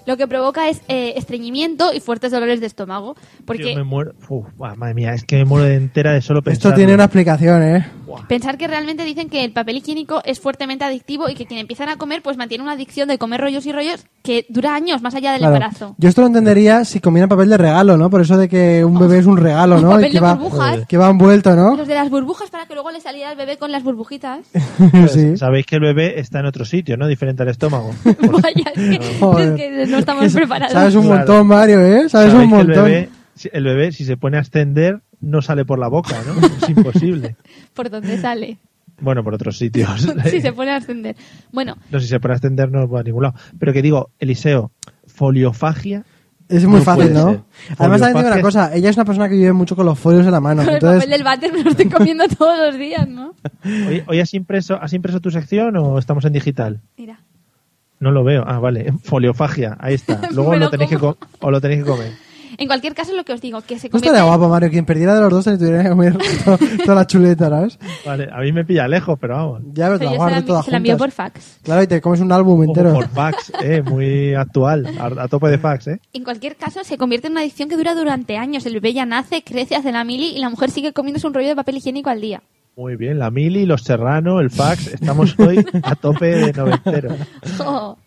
lo que provoca es eh, estreñimiento y fuertes dolores de estómago. Porque
Yo me muero. Uf, buah, madre mía, es que me muero de entera de solo pensar.
Esto tiene una explicación, ¿eh?
Pensar que realmente dicen que el papel higiénico es fuertemente adictivo y que quien empiezan a comer pues mantiene una adicción de comer rollos y rollos que dura años más allá del
Claro.
embarazo.
Yo esto lo entendería si comieran papel de regalo, ¿no? Por eso de que un bebé es un regalo,
Un
¿no?
Oh, papel
y que
de
va,
burbujas.
que va envuelto, ¿no?
Los de las burbujas para que luego le saliera al bebé con las burbujitas.
sí.
Sabéis que el bebé está en otro sitio, ¿no? Diferente al estómago.
Vaya, es que,
Joder.
es que no estamos
Es-
preparados.
Sabes un
Claro.
montón, Mario, ¿eh? Sabes
Sabéis
un
que el
montón.
bebé, si- el bebé, si se pone a extender, no sale por la boca, ¿no? Es imposible.
Por dónde sale.
Bueno, por otros sitios.
si se pone a ascender. Bueno,
No, si se pone a extender no va a ningún lado. Pero que digo, Eliseo, foliofagia.
Es muy
No
fácil,
puede
¿no?
ser.
Además, también te digo
Foliofagia
una
es-
cosa. Ella es una persona que vive mucho con los folios en la mano.
con el
Entonces,
papel del váter me lo estoy comiendo todos los días, ¿no?
Oye, ¿Hoy has impreso, has impreso tu sección o estamos en digital?
Mira.
No lo veo. Ah, vale. Foliofagia. Ahí está. Luego
Me
lo,
lo
tenéis que
como.
com- o lo tenéis que comer.
En cualquier caso, lo que os digo, que se
no
convierte...
estaría guapo, Mario. Quien perdiera de los dos se le tuviera que comer to- toda la chuleta, ¿sabes?
Vale. A mí me pilla lejos, pero vamos.
Ya ves, la
Pero yo se
guardo
la-
toda
se la envió por
juntas.
fax.
Claro, y te comes un álbum
Ojo
entero.
por fax, eh, muy actual. A, a tope de fax, eh.
En cualquier caso, se convierte en una adicción que dura durante años. El bebé ya nace, crece, hace la mili y la mujer sigue comiéndose un rollo de papel higiénico al día.
Muy bien. La mili, los serrano, el fax. Estamos hoy a tope de noventero.
Jo.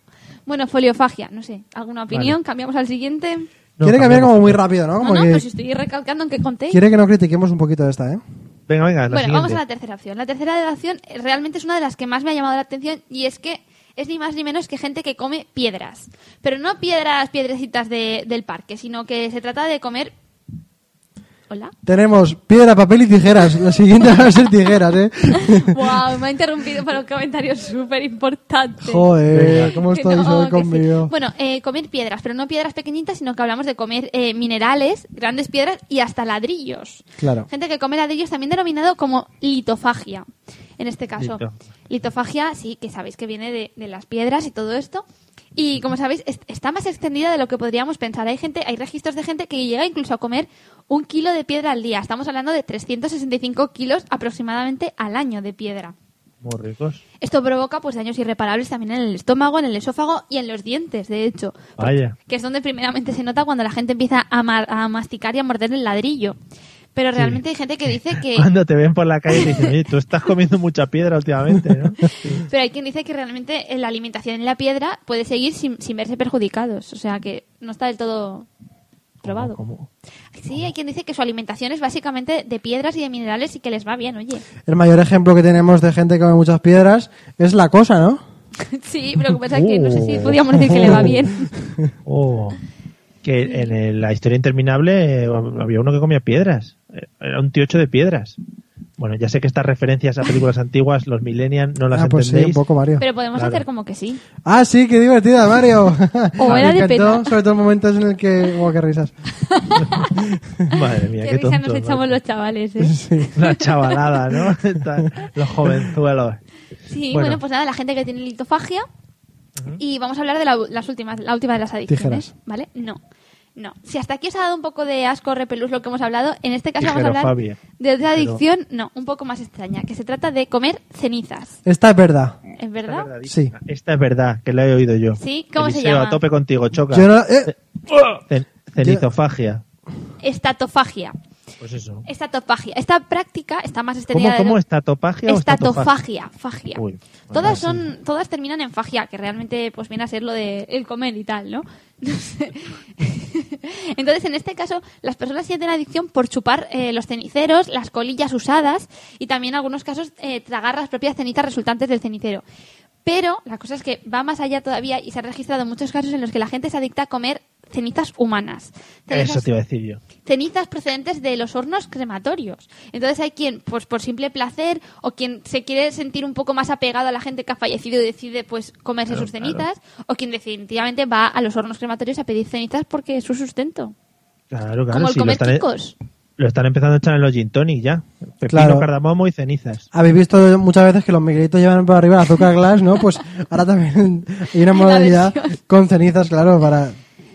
Bueno, foliofagia, no sé. ¿Alguna opinión?
Vale.
¿Cambiamos al siguiente?
No,
Quiere cambiar
cambiamos.
como muy rápido, ¿no?
No,
Como
no,
que
pues estoy recalcando en que conté.
Quiere que no critiquemos un poquito esta, ¿eh?
Venga, venga. La
Bueno, vamos a la
siguiente.
tercera opción. La tercera opción eh, realmente es una de las que más me ha llamado la atención y es que es ni más ni menos que gente que come piedras. Pero no piedras, piedrecitas de- del parque, sino que se trata de comer... ¿Hola?
Tenemos piedra, papel y tijeras. La siguiente va a ser tijeras, ¿eh?
wow, me ha interrumpido para un comentario súper importante.
Joder, ¿cómo
Que
estáis
no,
hoy
que sí.
conmigo?
Bueno, eh, comer piedras, pero no piedras pequeñitas, sino que hablamos de comer eh, minerales, grandes piedras y hasta ladrillos.
Claro.
Gente que come ladrillos también denominado como litofagia. En este caso,
Lito.
litofagia, sí, que sabéis que viene de, de las piedras y todo esto. Y como sabéis, es- está más extendida de lo que podríamos pensar. Hay gente, hay registros de gente que llega incluso a comer un kilo de piedra al día. Estamos hablando de 365 kilos aproximadamente al año de piedra.
Muy ricos.
Esto provoca pues daños irreparables también en el estómago, en el esófago y en los dientes, de hecho.
Vaya.
Que es donde primeramente se nota cuando la gente empieza a, ma- a masticar y a morder el ladrillo. Pero realmente hay gente que dice que...
Cuando te ven por la calle te dicen, oye, tú estás comiendo mucha piedra últimamente, ¿no?
Pero hay quien dice que realmente eh, la alimentación en la piedra puede seguir sin, sin verse perjudicados. O sea que no está del todo probado.
Como-
Sí, hay quien dice que su alimentación es básicamente de piedras y de minerales y que les va bien, oye.
El mayor ejemplo que tenemos de gente que come muchas piedras es la cosa, ¿no?
sí, pero lo que pasa es que no sé si podríamos decir que le va bien.
Oh. Que en el- la historia interminable eh, había uno que comía piedras. Eh, Era un tío hecho de piedras. Bueno, ya sé que estas referencias a películas antiguas, los millennials, no las
ah, pues sí,
entendéis.
un poco, Mario.
Pero podemos
Claro.
hacer como que sí.
Ah, sí, qué divertida, Mario.
O
Me
era de
encantó,
pena.
sobre todo momentos en el que... Buah, qué risas.
Madre mía,
Qué
qué
risa
tonto.
nos echamos los chavales, ¿eh?
Sí.
La chavalada, ¿no? Están los jovenzuelos.
Sí,
Bueno.
bueno. pues nada, la gente que tiene litofagia. Y vamos a hablar de la, u- las últimas, la última de las adicciones.
Tijeras.
¿Vale? No. No. Si hasta aquí os ha dado un poco de asco, repelús lo que hemos hablado, en este caso vamos a hablar
Tijerofobia.
de otra
Pero-
adicción, no, un poco más extraña, que se trata de comer cenizas.
Esta es verdad.
¿Es verdad?
Sí.
Esta es verdad, que la he oído yo.
Sí, ¿cómo se
Eliseo,
llama?
a tope contigo, choca.
Yo no... eh,
Cen- cenizofagia.
Estatofagia.
Pues eso.
Estatofagia. Esta práctica está más extendida.
¿Cómo,
de lo-
cómo estatofagia o estatofagia?
Estatofagia. Fagia.
Uy, bueno,
todas
sí.
son, todas terminan en fagia, que realmente pues viene a ser lo de el comer y tal, ¿no? No sé. Entonces, en este caso, las personas sienten adicción por chupar eh, los ceniceros, las colillas usadas y también en algunos casos eh, tragar las propias cenizas resultantes del cenicero. Pero la cosa es que va más allá todavía y se han registrado muchos casos en los que la gente se adicta a comer cenizas humanas.
Eso
Cenizas-
te iba a decir yo.
cenizas procedentes de los hornos crematorios. Entonces hay quien, pues por simple placer, o quien se quiere sentir un poco más apegado a la gente que ha fallecido y decide pues comerse sus cenizas, o quien definitivamente va a los hornos crematorios a pedir cenizas porque es su sustento.
Claro, claro.
como el
sí,
comer
lo, están, e-
chicos.
lo están empezando a echar en los gin tonic ya. Pepino,
Claro.
cardamomo y cenizas.
Habéis visto muchas veces que los miguelitos llevan por arriba el azúcar glass, ¿no? Pues ahora también hay una
Hay una
modalidad
versión.
con cenizas, claro, para...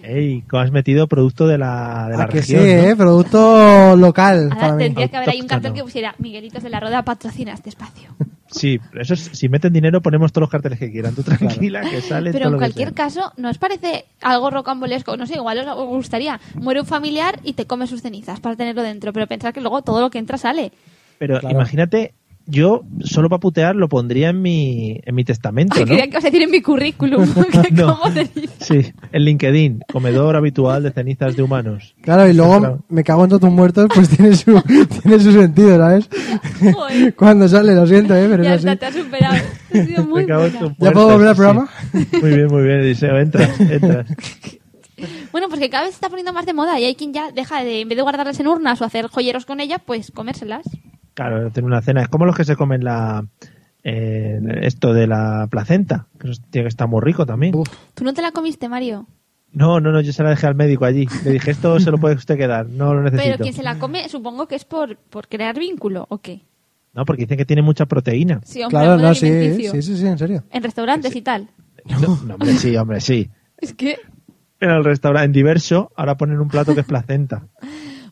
Ey, ¿cómo has metido producto de la, de la
Ah, que
región?
sí,
¿no?
¿eh? Producto local
Ahora
para mí.
tendría que haber ahí un cartel
Autóctono.
que pusiera Miguelitos de la Roda patrocina este espacio.
Sí, pero eso es- si meten dinero ponemos todos los carteles que quieran. Tú tranquila que sale
Pero
todo
en
lo que
cualquier
sea.
caso, ¿no os parece algo rocambolesco? No sé, igual os os gustaría. Muere un familiar y te come sus cenizas para tenerlo dentro, pero pensar que luego todo lo que entra sale.
Pero
Claro.
imagínate, yo solo para putear lo pondría en mi, en mi testamento,
Ay,
¿no?
Creía que vas a decir en mi currículum. que
No.
como ceniza.
Sí, en LinkedIn, comedor habitual de cenizas de humanos.
Claro, y luego
Claro.
me cago en todos tus muertos, pues tiene su, tiene su sentido, ¿sabes?
Joder.
Cuando sale, lo siento, ¿eh? Pero
Ya
es así.
está, te has superado. Ha sido muy
Me cago en
buena.
tu
¿Ya
puerta,
puedo volver al
sí,
programa?
sí. Muy bien, muy bien, Eliseo, entras, entras.
Bueno, pues que cada vez se está poniendo más de moda y hay quien ya deja de, en vez de guardarlas en urnas o hacer joyeros con ellas, pues comérselas.
Claro, tener una cena. Es como los que se comen la eh, esto de la placenta, que eso tiene que estar muy rico también.
Uf.
¿Tú no te la comiste, Mario?
No, no, no, yo se la dejé al médico allí. Le dije, esto se lo puede usted quedar, no lo
Pero
necesito.
quien se la come, supongo que es por, por crear vínculo, ¿o qué?
No, porque dicen que tiene mucha proteína.
Sí, hombre,
Claro,
algo
no, sí,
alimenticio.
sí, sí, sí, en serio.
En restaurantes y tal.
No, no, hombre, sí, hombre, sí.
Es que,
En el restaurante, en diverso, ahora ponen un plato que es placenta.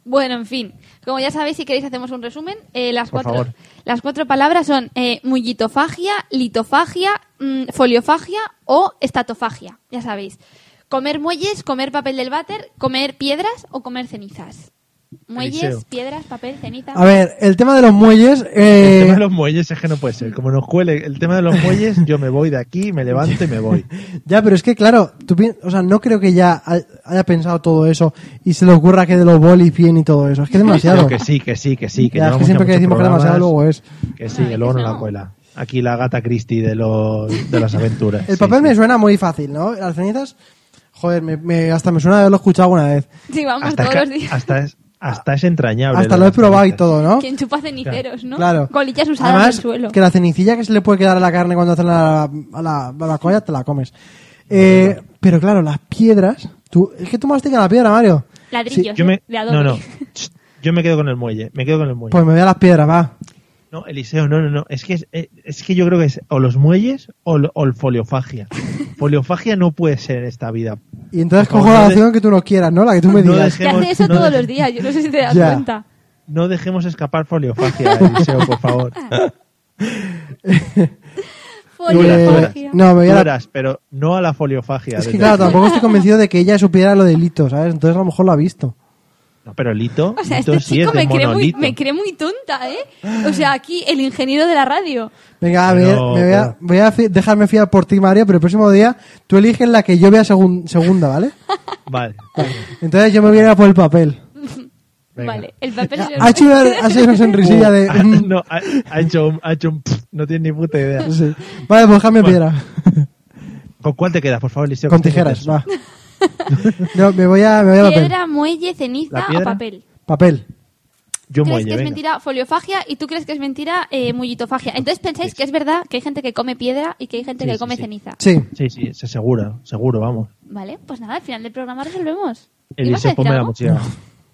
bueno, en fin. Como ya sabéis, si queréis hacemos un resumen. Eh, las,
Por
cuatro,
favor.
las cuatro palabras son eh, mullitofagia, litofagia, mm, foliofagia o estatofagia. Ya sabéis. Comer muelles, comer papel del váter, comer piedras o comer cenizas. Muelles,
Eliseo. Ah,
piedras, papel, cenizas.
A ver, el tema de los muelles... eh,
El tema de los muelles es que no puede ser. Como nos cuele el tema de los muelles, yo me voy de aquí, me levanto y me voy.
Ya, pero es que, claro, tú pi- o sea, no creo que ya hay- haya pensado todo eso y se le ocurra que de los bolis bien y todo eso. Es que es demasiado.
Pero que sí, que sí, que sí. Que
Ya, es que
llevamos
siempre
ya
que
muchos
decimos que demasiado,
programas,
luego es.
Que sí, que
Ay,
luego no
que
la
no.
cuela. Aquí la gata Christie de, los, de las aventuras.
El
sí,
papel
sí.
me suena muy fácil, ¿no? Las cenizas, joder, me, me- hasta me suena haberlo escuchado alguna vez.
Sí, vamos
Hasta,
todos
ca-
los días.
hasta es, hasta es entrañable.
Hasta
de
lo he
las
probado y
cenizas.
todo, ¿no?
Quien chupa ceniceros, ¿no?
Claro.
Colillas usadas en
Además,
el suelo.
que la cenicilla que se le puede quedar a la carne cuando hacen la, a la barbacoa, te la comes. Eh, pero claro, las piedras... Tú, es que tú masticas la piedra, Mario.
Ladrillos.
Yo
¿eh?
me,
De adobe.
no, no. Ch, Yo me quedo con el muelle. Me quedo con el muelle.
Pues me voy a las piedras, va.
No, Eliseo, no, no, no. Es que, es, eh, es que yo creo que es o los muelles o, lo- o el foliofagia. Foliofagia no puede ser en esta vida.
Y entonces
Por
cojo
favor,
la
no de-
opción que tú no quieras, ¿no? La que tú me
No
digas.
Que hace
Dejemos-
eso
no
todos
deje-
los días, yo no sé si te das
Ya.
cuenta.
No dejemos escapar foliofagia, Eliseo, por favor.
Foliofagia.
no, me voy a
Tú
la-
verás, pero no a la foliofagia.
Es que
desde
claro,
luego.
tampoco estoy convencido de que ella supiera lo del hito, ¿sabes? Entonces a lo mejor lo ha visto.
No, pero Lito,
O sea,
Lito
este
sí es
chico
de
me cree, muy,
monolito.
me cree muy tonta, ¿eh? O sea, aquí el ingeniero de la radio.
Venga, a ver,
No,
me voy a,
pero-
voy a fi- dejarme fiar por ti, Mario, pero el próximo día tú eliges la que yo vea segun- segunda, ¿vale?
Vale.
Entonces yo me voy a ir a por el papel.
Venga.
Vale, el papel es el-
Ha hecho una, ha sido una sonrisilla de...
Ah, no, ha, ha hecho un, ha hecho un no tienes ni puta idea.
Sí. Vale, pues déjame
Bueno,
piedra.
¿Con cuál te quedas, por favor, Eliseo?
Con
que estoy
tijeras,
muy
va. No, me voy a, me voy a papel.
piedra, muelle, ceniza
¿La
o
piedra?
papel.
Papel.
tenso. Yo muelle,
¿Crees que es
venga. Pues
mentira foliofagia y tú crees que es mentira eh, mullitofagia? Entonces pensáis que es verdad que hay gente que come piedra y que hay gente
Sí,
que
sí,
come
sí.
ceniza.
Sí.
Sí, sí, se seguro, seguro, vamos.
Vale, pues nada, al final del programa resolvemos. ¿Ibas a
Eliseo,
decir
ponme la
algo?
música.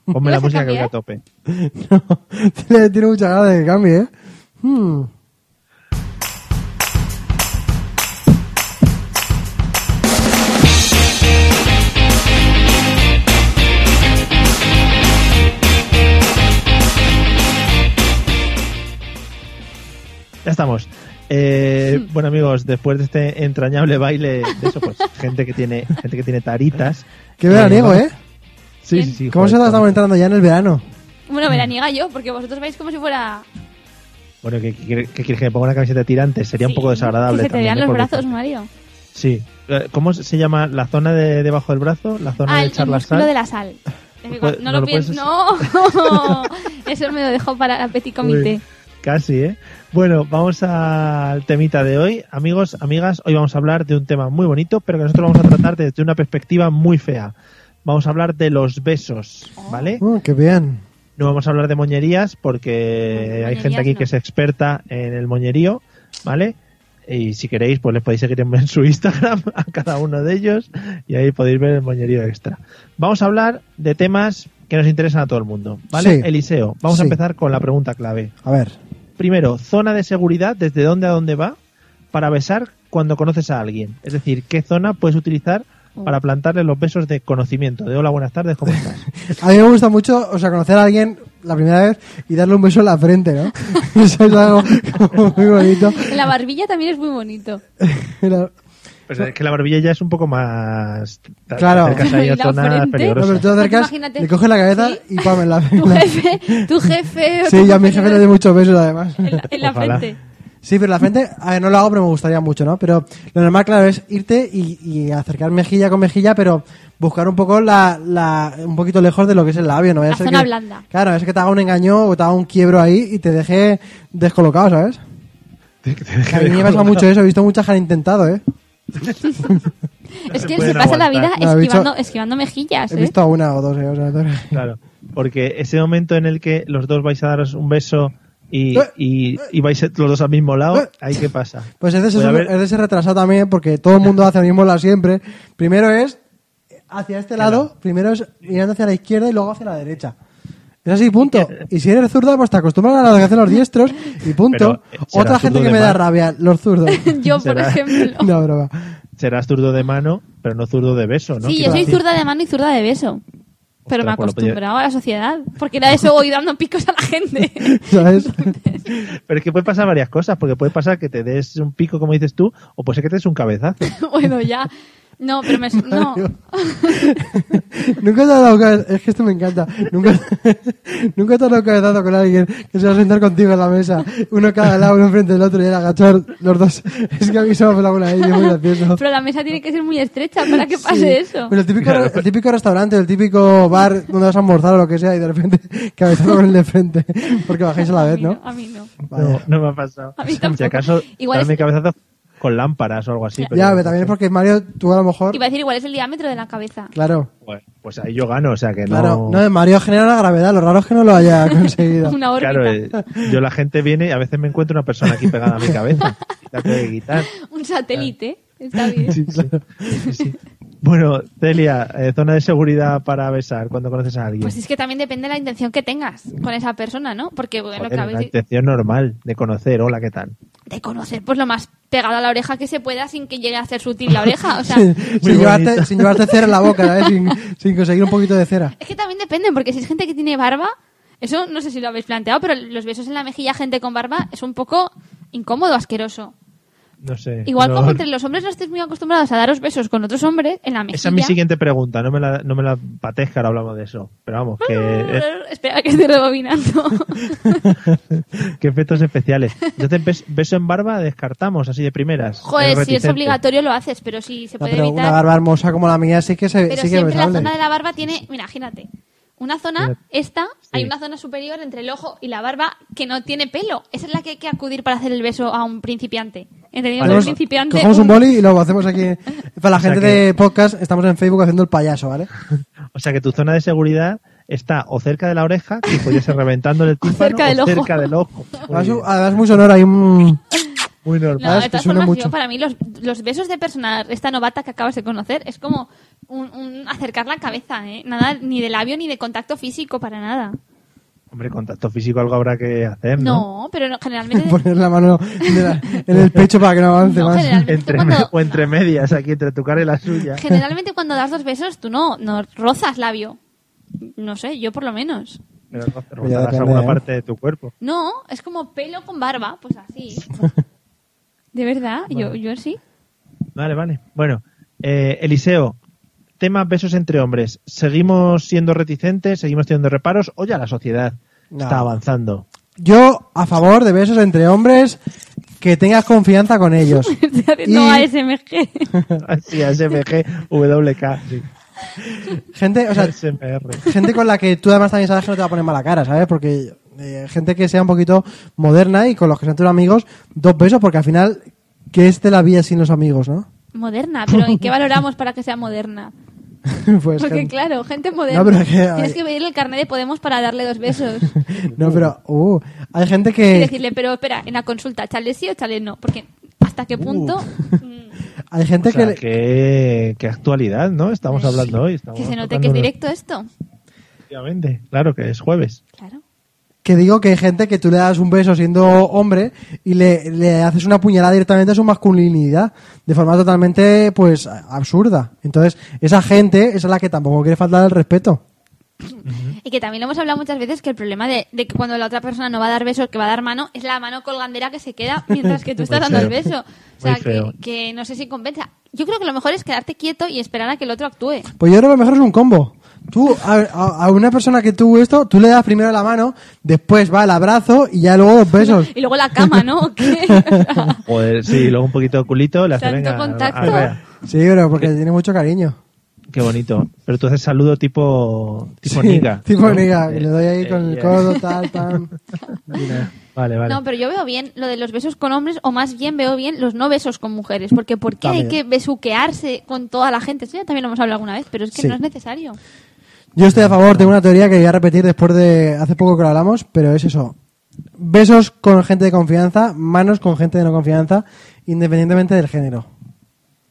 Ponme la
¿Ibas a
música que voy
cambiar?
a tope.
No, tiene, tiene mucha ganas de que cambie, ¿eh? Hmm.
Ya estamos. Eh, bueno amigos, después de este entrañable baile de eso, pues gente que tiene, gente que tiene taritas.
Qué veraniego, ¿eh?
Sí,
Bien.
sí, sí.
¿Cómo
joder,
se la estamos
joder.
entrando ya en el verano?
Bueno, me la niega yo, porque vosotros vais como si fuera...
Bueno, ¿qué, qué, qué quieres que me ponga una camiseta de tirantes? Sería un
Sí,
poco desagradable.
Que se te
también,
vean
¿eh?
los
Porque-
brazos, Mario.
Sí. Eh, ¿Cómo se llama la zona de debajo del brazo? La zona
Ah,
de
el, el
charlas
músculo de la sal. Es que
puede-
cuando- no,
no
lo
lo puedes
pienso. No, eso me lo dejo para la petit comité.
Uy, Casi, ¿eh? Bueno, vamos al temita de hoy. Amigos, amigas, hoy vamos a hablar de un tema muy bonito, pero que nosotros vamos a tratar desde una perspectiva muy fea. Vamos a hablar de los besos, ¿vale?
Mm, qué bien.
No vamos a hablar de moñerías porque
Bueno,
hay gente
moñerías
aquí
no.
que es experta en el moñerío, ¿vale? Y si queréis, pues les podéis seguir en en su Instagram a cada uno de ellos y ahí podéis ver el moñerío extra. Vamos a hablar de temas que nos interesan a todo el mundo, ¿vale?
Sí.
Eliseo, vamos a
Sí.
empezar con la pregunta clave.
A ver.
Primero, zona de seguridad, desde dónde a dónde va, para besar cuando conoces a alguien. Es decir, qué zona puedes utilizar
Oh.
para plantarle los besos de conocimiento, de hola, buenas tardes, ¿cómo estás?
A mí me gusta mucho, o sea, conocer a alguien la primera vez y darle un beso en la frente, ¿no? Eso es algo como muy bonito.
La barbilla también es muy bonito.
Era-
Pues es que la barbilla ya es un poco más. te
Claro.
acercas ahí a
Y la
zonas
frente.
No,
peligrosas.
pero tú te acercas,
Imagínate.
le coges la cabeza y pam, en la
Tu jefe, tu jefe. o
Sí,
tu
yo a mi jefe le doy muchos besos además.
En la, en la
Ojalá.
frente.
Sí, pero la frente, a ver, no lo hago, pero me gustaría mucho, ¿no? Pero lo normal, claro, es irte y, y acercar mejilla con mejilla, pero buscar un poco la, la- un poquito lejos de lo que es el labio, ¿no? Vaya a
La
ser
zona
que-
blanda.
Claro, es que te haga un engaño o te haga un quiebro ahí y te deje descolocado, ¿sabes? A mí me pasa mucho eso, he visto muchas que han intentado, ¿eh?
¿Ah, Es
se
que se
pueden
pasa la vida
aguantar.
No, he
esquivando,
dicho-
esquivando mejillas,
He
¿eh?
visto a una o dos, ¿eh? O sea, no-
Claro, porque ese momento en el que los dos vais a daros un beso y,
Eh,
y, y vais los dos al mismo lado,
eh.
ahí qué pasa.
Pues es de,
Puede
ser,
haber-
es de ser retrasado también, porque todo el mundo hace la misma ola siempre. Primero es hacia este lado, primero es mirando hacia la izquierda y luego hacia la derecha. Es así, punto. Y si eres zurda, pues te acostumbras a lo que hacen los diestros y punto.
Pero, eh, será
Otra gente
zurdo
que
de
me da
mar.
rabia, los zurdos.
¿eh? Yo, por
Será.
ejemplo.
no, broma.
Serás zurdo de mano, pero no zurdo de beso, ¿no?
sí, yo
Quiero
soy
decir,
zurda de mano y zurda de beso. Pero me he
Ostras, pues lo podía-
acostumbrado a la sociedad. Porque era eso, voy dando picos a la gente.
¿Sabes?
Pero es que puede pasar varias cosas, porque puede pasar que te des un pico, como dices tú, o puede ser que te des un cabezazo.
bueno, ya. No, pero me. No.
Nunca te has dado cabe- Es que esto me encanta. Nunca, nunca te has dado cabezado con alguien que se va a sentar contigo en la mesa. Uno cada lado, uno enfrente del otro y el agachar los dos. Es que a mí se me ha pelado una ahí, es muy gracioso.
Pero la mesa tiene que ser muy estrecha para que pase
Sí.
eso.
Pero el típico, el típico restaurante, el típico bar donde vas a almorzar o lo que sea y de repente cabezazo con el de frente porque bajáis a la
a
vez,
mí no.
¿no?
A mí no.
No, no me ha pasado.
A mí tampoco.
Si acaso,
Igual
darme
es-
cabezazo con lámparas o algo así. pero-
Ya, pero también es porque Mario, tú a lo mejor...
Iba a decir, igual es el diámetro de la cabeza.
Claro,
Bueno, Pues ahí yo gano, o sea que
claro.
no...
No, Mario genera la gravedad, lo raro es que no lo haya conseguido.
Una órbita.
Claro, eh, yo la gente viene y a veces me encuentro una persona aquí pegada a mi cabeza. La tengo que quitar.
Un satélite. Está bien.
Sí, sí, sí. Bueno, Celia, eh, zona de seguridad para besar cuando conoces a alguien.
Pues es que también depende de la intención que tengas con esa persona, ¿no? Porque bueno,
Joder,
que
una
habéis
intención normal de conocer, hola, ¿qué tal?
de conocer pues lo más pegado a la oreja que se pueda sin que llegue a ser sutil la oreja. O sea,
sin, sin llevarte,
bonito.
sin llevarte cera en la boca, ¿sabes? Sin, sin conseguir un poquito de cera.
es que también depende, porque si es gente que tiene barba, eso no sé si lo habéis planteado, pero los besos en la mejilla a gente con barba es un poco incómodo, asqueroso.
No sé.
Igual
no-
como entre los hombres no estéis muy acostumbrados a daros besos con otros hombres en la mejilla.
Esa es mi siguiente pregunta, no me la, no me la patees que ahora hablamos de eso. Pero vamos, que, eh,
Espera que estoy rebobinando.
que efectos especiales. Entonces, bes- beso en barba descartamos, así de primeras.
Joder, si es
reticente.
obligatorio lo haces, pero si se
No,
puede
pero
evitar.
una barba hermosa como la mía sí que se
Pero
sí que es
siempre la
besable.
zona de la barba tiene, mira, imagínate, una zona,
Mira.
esta, hay
Sí.
una zona superior entre el ojo y la barba que no tiene pelo. Esa es la que hay que acudir para hacer el beso a un principiante.
Vale.
Entendido que un
Cogemos-
principiante.
Cogemos un
un-
boli y luego hacemos aquí. Para la
sea
gente
que-
de podcast, estamos en Facebook haciendo el payaso, ¿vale?
O sea que tu zona de seguridad está o cerca de la oreja, que podría ser reventando el tímpano,
cerca del
o
ojo.
cerca del ojo. Muy
Además,
bien,
además muy sonoro, hay un.
Muy normal.
No,
¿Sabes?
de
Que
todas
suena
formas,
mucho.
yo, para mí, los, los besos de persona, esta novata que acabas de conocer, es como un, un acercar la cabeza, ¿eh? Nada, ni de labio ni de contacto físico, para nada.
Hombre, contacto físico algo habrá que hacer, ¿no?
No, pero no- generalmente.
poner la mano de la- en el pecho para que no avance
No,
más.
generalmente
Entre
cuando-
me- o entre medias, aquí entre tu cara y la suya.
Generalmente cuando das dos besos tú no, no rozas labio. No sé, yo por lo menos.
Pero no
Cuidado,
rozarás
que
alguna
me-
parte de tu cuerpo.
No, es como pelo con barba, pues así. De verdad, yo, yo sí.
Vale, vale. Bueno, eh, Eliseo, tema besos entre hombres. ¿Seguimos siendo reticentes? ¿Seguimos teniendo reparos? ¿O ya la sociedad
No.
está avanzando?
Yo a favor de besos entre hombres que tengas confianza con ellos.
Estoy haciendo
Y-
ASMG.
Así, SMG, WK, sí.
Gente, o sea,
SMR.
gente con la que tú además también sabes que no te va a poner mala cara, ¿sabes? Porque eh, gente que sea un poquito moderna y con los que sean tus amigos, dos besos, porque al final, ¿qué es de la vida sin los amigos, no?
Moderna, pero ¿en qué valoramos para que sea moderna?
pues
Porque
gente-
claro, gente moderna.
No, pero es que-
Tienes que pedirle el carnet de Podemos para darle dos besos.
No, pero uh, hay gente
Y
que
decirle, pero espera, en la consulta, chale sí o chale no. Porque hasta
Uh,
qué punto mm,
hay gente
O sea,
que,
qué, qué actualidad, ¿no? Estamos hablando hoy. estamos
que se note
tocando
que es
los-
directo esto.
Efectivamente, claro que es jueves.
Claro.
que digo que hay gente que tú le das un beso siendo hombre y le, le haces una puñalada directamente a su masculinidad de forma totalmente pues a- absurda. Entonces, esa gente es a la que tampoco quiere faltar el respeto.
Y que también lo hemos hablado muchas veces que el problema de, de que cuando la otra persona no va a dar beso, que va a dar mano, es la mano colgandera que se queda mientras que tú estás dando el beso. O sea,
Muy feo.
que, que no sé si compensa. Yo creo que lo mejor es quedarte quieto y esperar a que el otro actúe.
Pues yo creo que lo mejor es un combo. Tú, a, a- a una persona que tú esto, tú le das primero la mano, después va el abrazo y ya luego dos besos.
Y luego la cama, ¿no? ¿O qué? O sea,
Joder, sí, luego un poquito de culito, le hace
Tanto
venga.
contacto.
arrea.
Sí, pero porque tiene mucho cariño.
Qué bonito. Pero tú haces saludo tipo, tipo
Sí,
niga.
Tipo
¿no?
niga, que
Eh,
le doy ahí
eh,
con el
eh,
codo, tal, pam.
Vale, vale.
No, pero yo veo bien lo de los besos con hombres, o más bien veo bien los no besos con mujeres. Porque ¿por qué hay
También.
que besuquearse con toda la gente? Eso ya también lo hemos hablado alguna vez, pero es que
Sí.
no es necesario.
Yo estoy a favor, tengo una teoría que voy a repetir después de hace poco que lo hablamos, pero es eso. Besos con gente de confianza, manos con gente de no confianza, independientemente del género.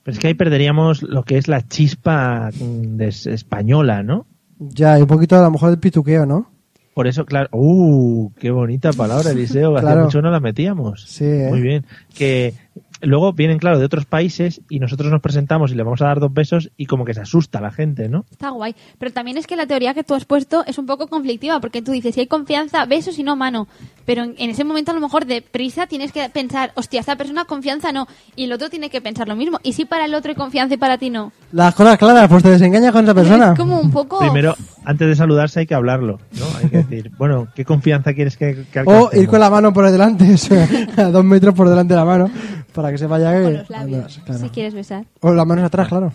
Pero es que ahí perderíamos lo que es la chispa mm, de- española, ¿no?
Ya, y un poquito a lo mejor del pituqueo, ¿no?
Por eso, claro. ¡Uh! ¡Qué bonita palabra, Eliseo! Hace
Claro.
mucho no la metíamos.
Sí, ¿eh?
Muy bien. Que luego vienen, claro, de otros países y nosotros nos presentamos y le vamos a dar dos besos y como que se asusta la gente, ¿no?
Está guay. Pero también es que la teoría que tú has puesto es un poco conflictiva, porque tú dices, si hay confianza, besos y no mano. Pero en, en ese momento, a lo mejor, de prisa, tienes que pensar, hostia, esta persona confianza no. Y el otro tiene que pensar lo mismo. Y si para el otro hay confianza y para ti no.
Las cosas claras, pues te desengañas con esa persona.
Es como un poco...
Primero, antes de saludarse hay que hablarlo, ¿no? Hay que decir, bueno, ¿qué confianza quieres que, que
O Oh, ir
alcancemos?
con la mano por delante, o sea, a dos metros por delante de la mano, para que se vaya
Con
que...
los labios,
andas, claro.
si quieres besar.
O las manos atrás, claro.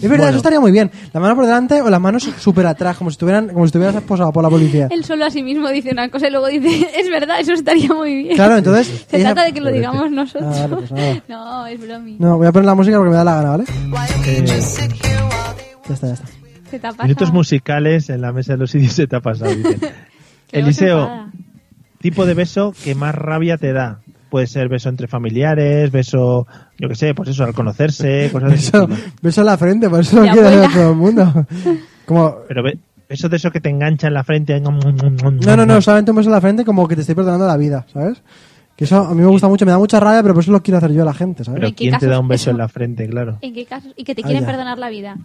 Es verdad, eso estaría muy bien. La mano por delante o las manos súper atrás, como si estuvieran, como si estuvieras esposado por la policía.
Él solo a sí mismo dice una cosa y luego dice, es verdad, eso estaría muy bien.
Claro, entonces...
Se
ella-
trata de que lo digamos nosotros.
Ah, vale, pues nada.
no, es bromi.
No, voy a poner la música porque me da la gana, ¿vale? Ya está, ya está.
Se te ha
Eh,
pasado.
Minutos musicales en la mesa de los idiotas se te ha pasado. dicen.
Que luego se
Eliseo,
enfada.
tipo de beso que más rabia te da. Puede ser beso entre familiares, beso, yo qué sé, pues eso, al conocerse, cosas de ese
Beso,
estilo.
beso en la frente, por eso lo
Ya,
quiere
abuela.
hacer todo el mundo. Como...
Pero be- beso de eso que te engancha en la frente.
No, no, no, solamente un beso en la frente como que te estoy perdonando la vida, ¿sabes? Que eso a mí me gusta mucho, me da mucha rabia, pero por eso lo quiero hacer yo a la gente, ¿sabes?
Pero
¿En qué
¿quién te da
casos
un beso
eso?
en la frente, claro?
¿En qué casos? Y que te
Ah,
quieren
ya.
perdonar la vida.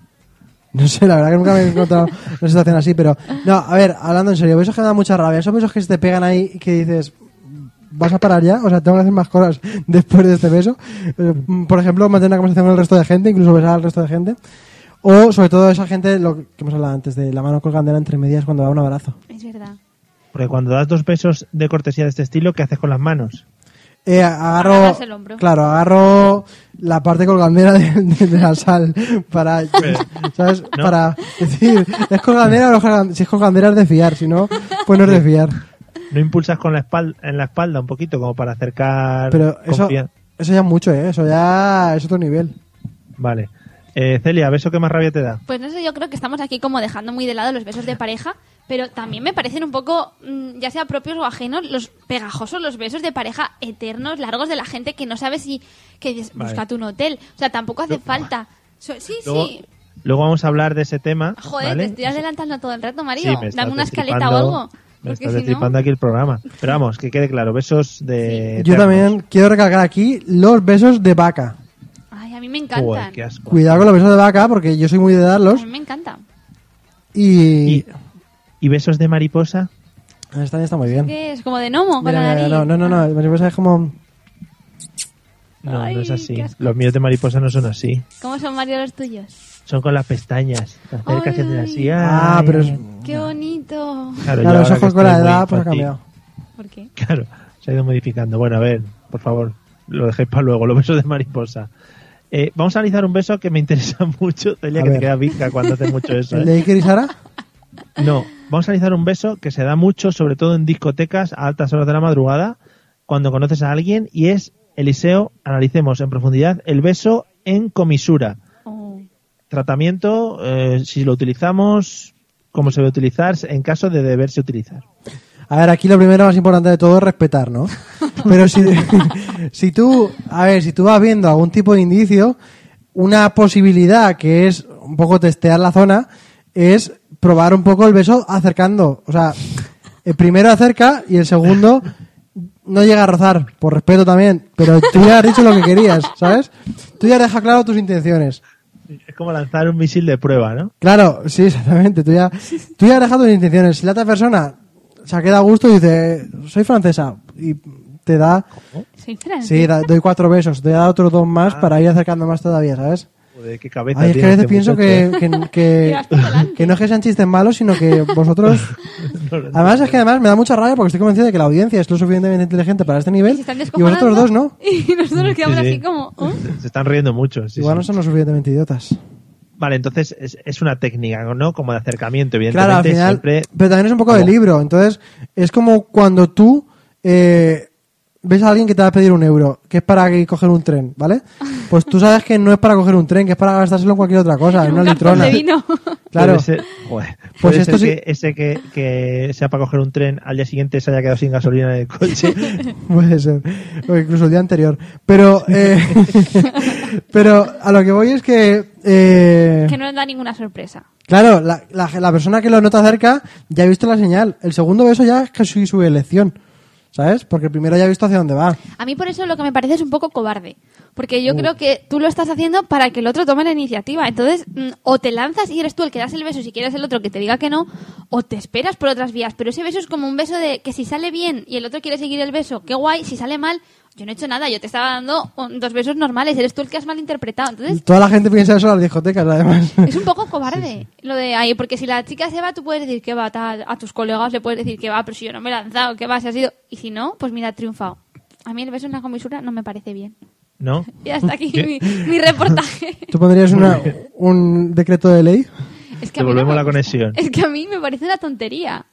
No sé, la verdad que nunca me he encontrado una situación así, pero... No, a ver, hablando en serio, besos que me dan mucha rabia, esos besos que se te pegan ahí y que dices... ¿Vas a parar ya? O sea, tengo que hacer más cosas después de este beso. Eh, mm, Por ejemplo, mantener una conversación con el resto de gente, incluso besar al resto de gente. O, sobre todo, esa gente, lo que hemos hablado antes, de la mano colgandera entre medias cuando da un abrazo.
Es verdad.
Porque cuando das dos besos de cortesía de este estilo, ¿qué haces con las manos?
Eh, agarro,
Agarras el hombro.
claro, agarro la parte colgandera de, de- de la sal para, ¿sabes?
¿No?
Para decir, ¿es colgandera o no es colgan- Si es colgandera es de fiar, si no, pues no es de fiar.
¿No impulsas con la espalda, en la espalda un poquito como para acercar
Pero eso,
confia-
eso ya es mucho, ¿eh? Eso ya es otro nivel.
Vale. Eh, Celia, ¿beso que más rabia te da?
Pues no sé, yo creo que estamos aquí como dejando muy de lado los besos de pareja, pero también me parecen un poco, mm, ya sea propios o ajenos, los pegajosos, los besos de pareja eternos, largos de la gente que no sabe si que dices,
Vale.
búscate un hotel. O sea, tampoco hace falta. So- sí,
Luego,
sí.
luego vamos a hablar de ese tema.
Joder,
¿vale?
te estoy adelantando todo el rato,
Sí,
Mario.
me estás
Dame una escaleta o
destripando-
algo.
Me
Porque
estás
si no...
destripando aquí el programa. Pero vamos, que quede claro, besos de...
Yo
eternos.
también quiero recalcar aquí los besos de vaca.
Ay, a mí me encantan.
Joder, qué asco.
Cuidado con los besos de vaca, porque yo soy muy de
A
darlos.
mí me encantan.
Y...
¿Y, y besos de mariposa?
Ah, Esta está muy bien.
¿Qué es? ¿Como de gnomo? Con
Mira,
la
mira,
nariz.
no, no, no, no, es como...
No,
Ay,
no es así.
qué asco.
Los míos de mariposa no son así.
¿Cómo son, Mario, los tuyos?
Son con las pestañas. Te acercas y haces así.
Ah,
ay,
pero es...
ay.
¡Qué bonito!
Claro, yo
Claro,
ahora
los
que
ojos con la
estoy muy
edad, pues ha
infantil-
cambiado.
¿Por qué?
Claro, se ha ido modificando. Bueno, a ver, por favor, lo dejéis para luego, los besos de mariposa. Eh, vamos a analizar un beso que me interesa mucho, Celia,
A
que
ver.
te queda bizca cuando haces mucho eso.
¿El
¿eh?
de Iker y Sara?
No, vamos a analizar un beso que se da mucho, sobre todo en discotecas a altas horas de la madrugada, cuando conoces a alguien, y es, Eliseo, analicemos en profundidad el beso en comisura.
Oh.
Tratamiento, eh, si lo utilizamos, cómo se debe utilizar, en caso de deberse utilizar.
A ver, aquí lo primero más importante de todo es respetar, ¿no? Pero si, si tú, a ver, si tú vas viendo algún tipo de indicio, una posibilidad que es un poco testear la zona es probar un poco el beso acercando. O sea, el primero acerca y el segundo no llega a rozar, por respeto también, pero tú ya has dicho lo que querías, ¿sabes? Tú ya has dejado claro tus intenciones.
Es como lanzar un misil de prueba, ¿no?
Claro, sí, exactamente. Tú ya, tú ya has dejado tus intenciones. Si la otra persona se queda a gusto y dice, soy francesa, y te da,
Soy francesa.
sí, da- doy cuatro besos, te da otros dos más para ir acercando más todavía, ¿sabes?
Joder, qué cabeza
Ay, es que
tiene
a veces
este
pienso
muchacho,
que,
¿eh?
que, que-
Llevas para adelante.
que no es que sean chistes malos, sino que vosotros... Además, es que además me da mucha rabia porque estoy convencido de que la audiencia es lo suficientemente inteligente para este
Y
nivel
se están
y vosotros
descojonando,
dos no.
Y nosotros quedamos
Sí, sí.
así como... ¿oh?
Se están riendo mucho. sí,
Igual
sí.
no son lo suficientemente idiotas.
Vale, entonces es, es una técnica, ¿no? Como de acercamiento, evidentemente.
Claro, al final.
siempre-
Pero también es un poco de
Como-
libro. Entonces, es como cuando tú eh, ves a alguien que te va a pedir un euro, que es para que- coger un tren, ¿vale? Pues tú sabes que no es para coger un tren, que es para gastárselo en cualquier otra cosa, en
Un
una
cartón
litrona.
de vino.
Claro.
Puede ser- joder,
Pues
puede
esto
ser
sí-
que ese que, que sea para coger un tren al día siguiente se haya quedado sin gasolina en el coche.
Puede ser. O incluso el día anterior. Pero, eh, pero a lo que voy es que. eh,
Que no nos da ninguna sorpresa.
Claro, la, la- la persona que lo nota cerca ya ha visto la señal. El segundo beso ya es casi su elección. ¿Sabes? Porque el primero ya ha visto hacia dónde va.
A mí por eso lo que me parece es un poco cobarde. Porque
Uh.
yo creo que tú lo estás haciendo para que el otro tome la iniciativa. Entonces, mm, o te lanzas y eres tú el que das el beso si quieres el otro que te diga que no, o te esperas por otras vías. Pero ese beso es como un beso de que si sale bien y el otro quiere seguir el beso, qué guay. Si sale mal, yo no he hecho nada. Yo te estaba dando un- dos besos normales. Eres tú el que has malinterpretado. Entonces,
Toda la gente piensa eso en las discotecas, además.
es un poco cobarde lo de ahí. Porque si la chica se va, tú puedes decir que va. tal, A tus colegas le puedes decir que va, pero si yo no me he lanzado, que va, si ha sido. Y si no, pues mira, he triunfado. A mí el beso en la comisura no me parece bien.
¿No?
Y hasta aquí
¿Qué?
mi, mi reportaje.
¿Tú pondrías una- un decreto de ley?
Es que a mí
Devolvemos
me
la
gusta.
conexión.
Es que a mí me parece una tontería.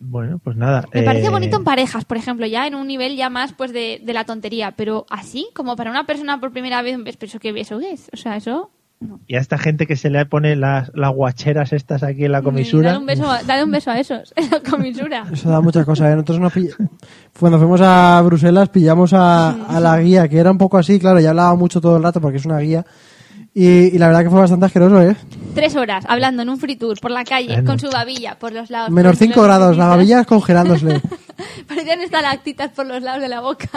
Bueno, pues nada.
Me
eh,
parece bonito en parejas, por ejemplo, ya en un nivel ya más pues de, de la tontería. Pero así, como para una persona por primera vez, ves, pero eso que eso qué es. O sea, eso.
Y a esta gente que se le pone las, las guacheras estas aquí en la
Mm, Dale
comisura.
un beso, a- dale un beso a esos, en la comisura.
Eso da muchas cosas. ¿eh? Nosotros nos pill- cuando fuimos a Bruselas pillamos a, a la guía, que era un poco así, claro, ya hablaba mucho todo el rato porque es una guía. Y, y la verdad que fue bastante asqueroso, ¿eh?
Tres horas hablando en un free tour por la calle,
Bueno.
con su babilla por los lados.
Menos
por los
5 grados, la
lados.
babilla congelándose.
Parecían estalactitas por los lados de la boca.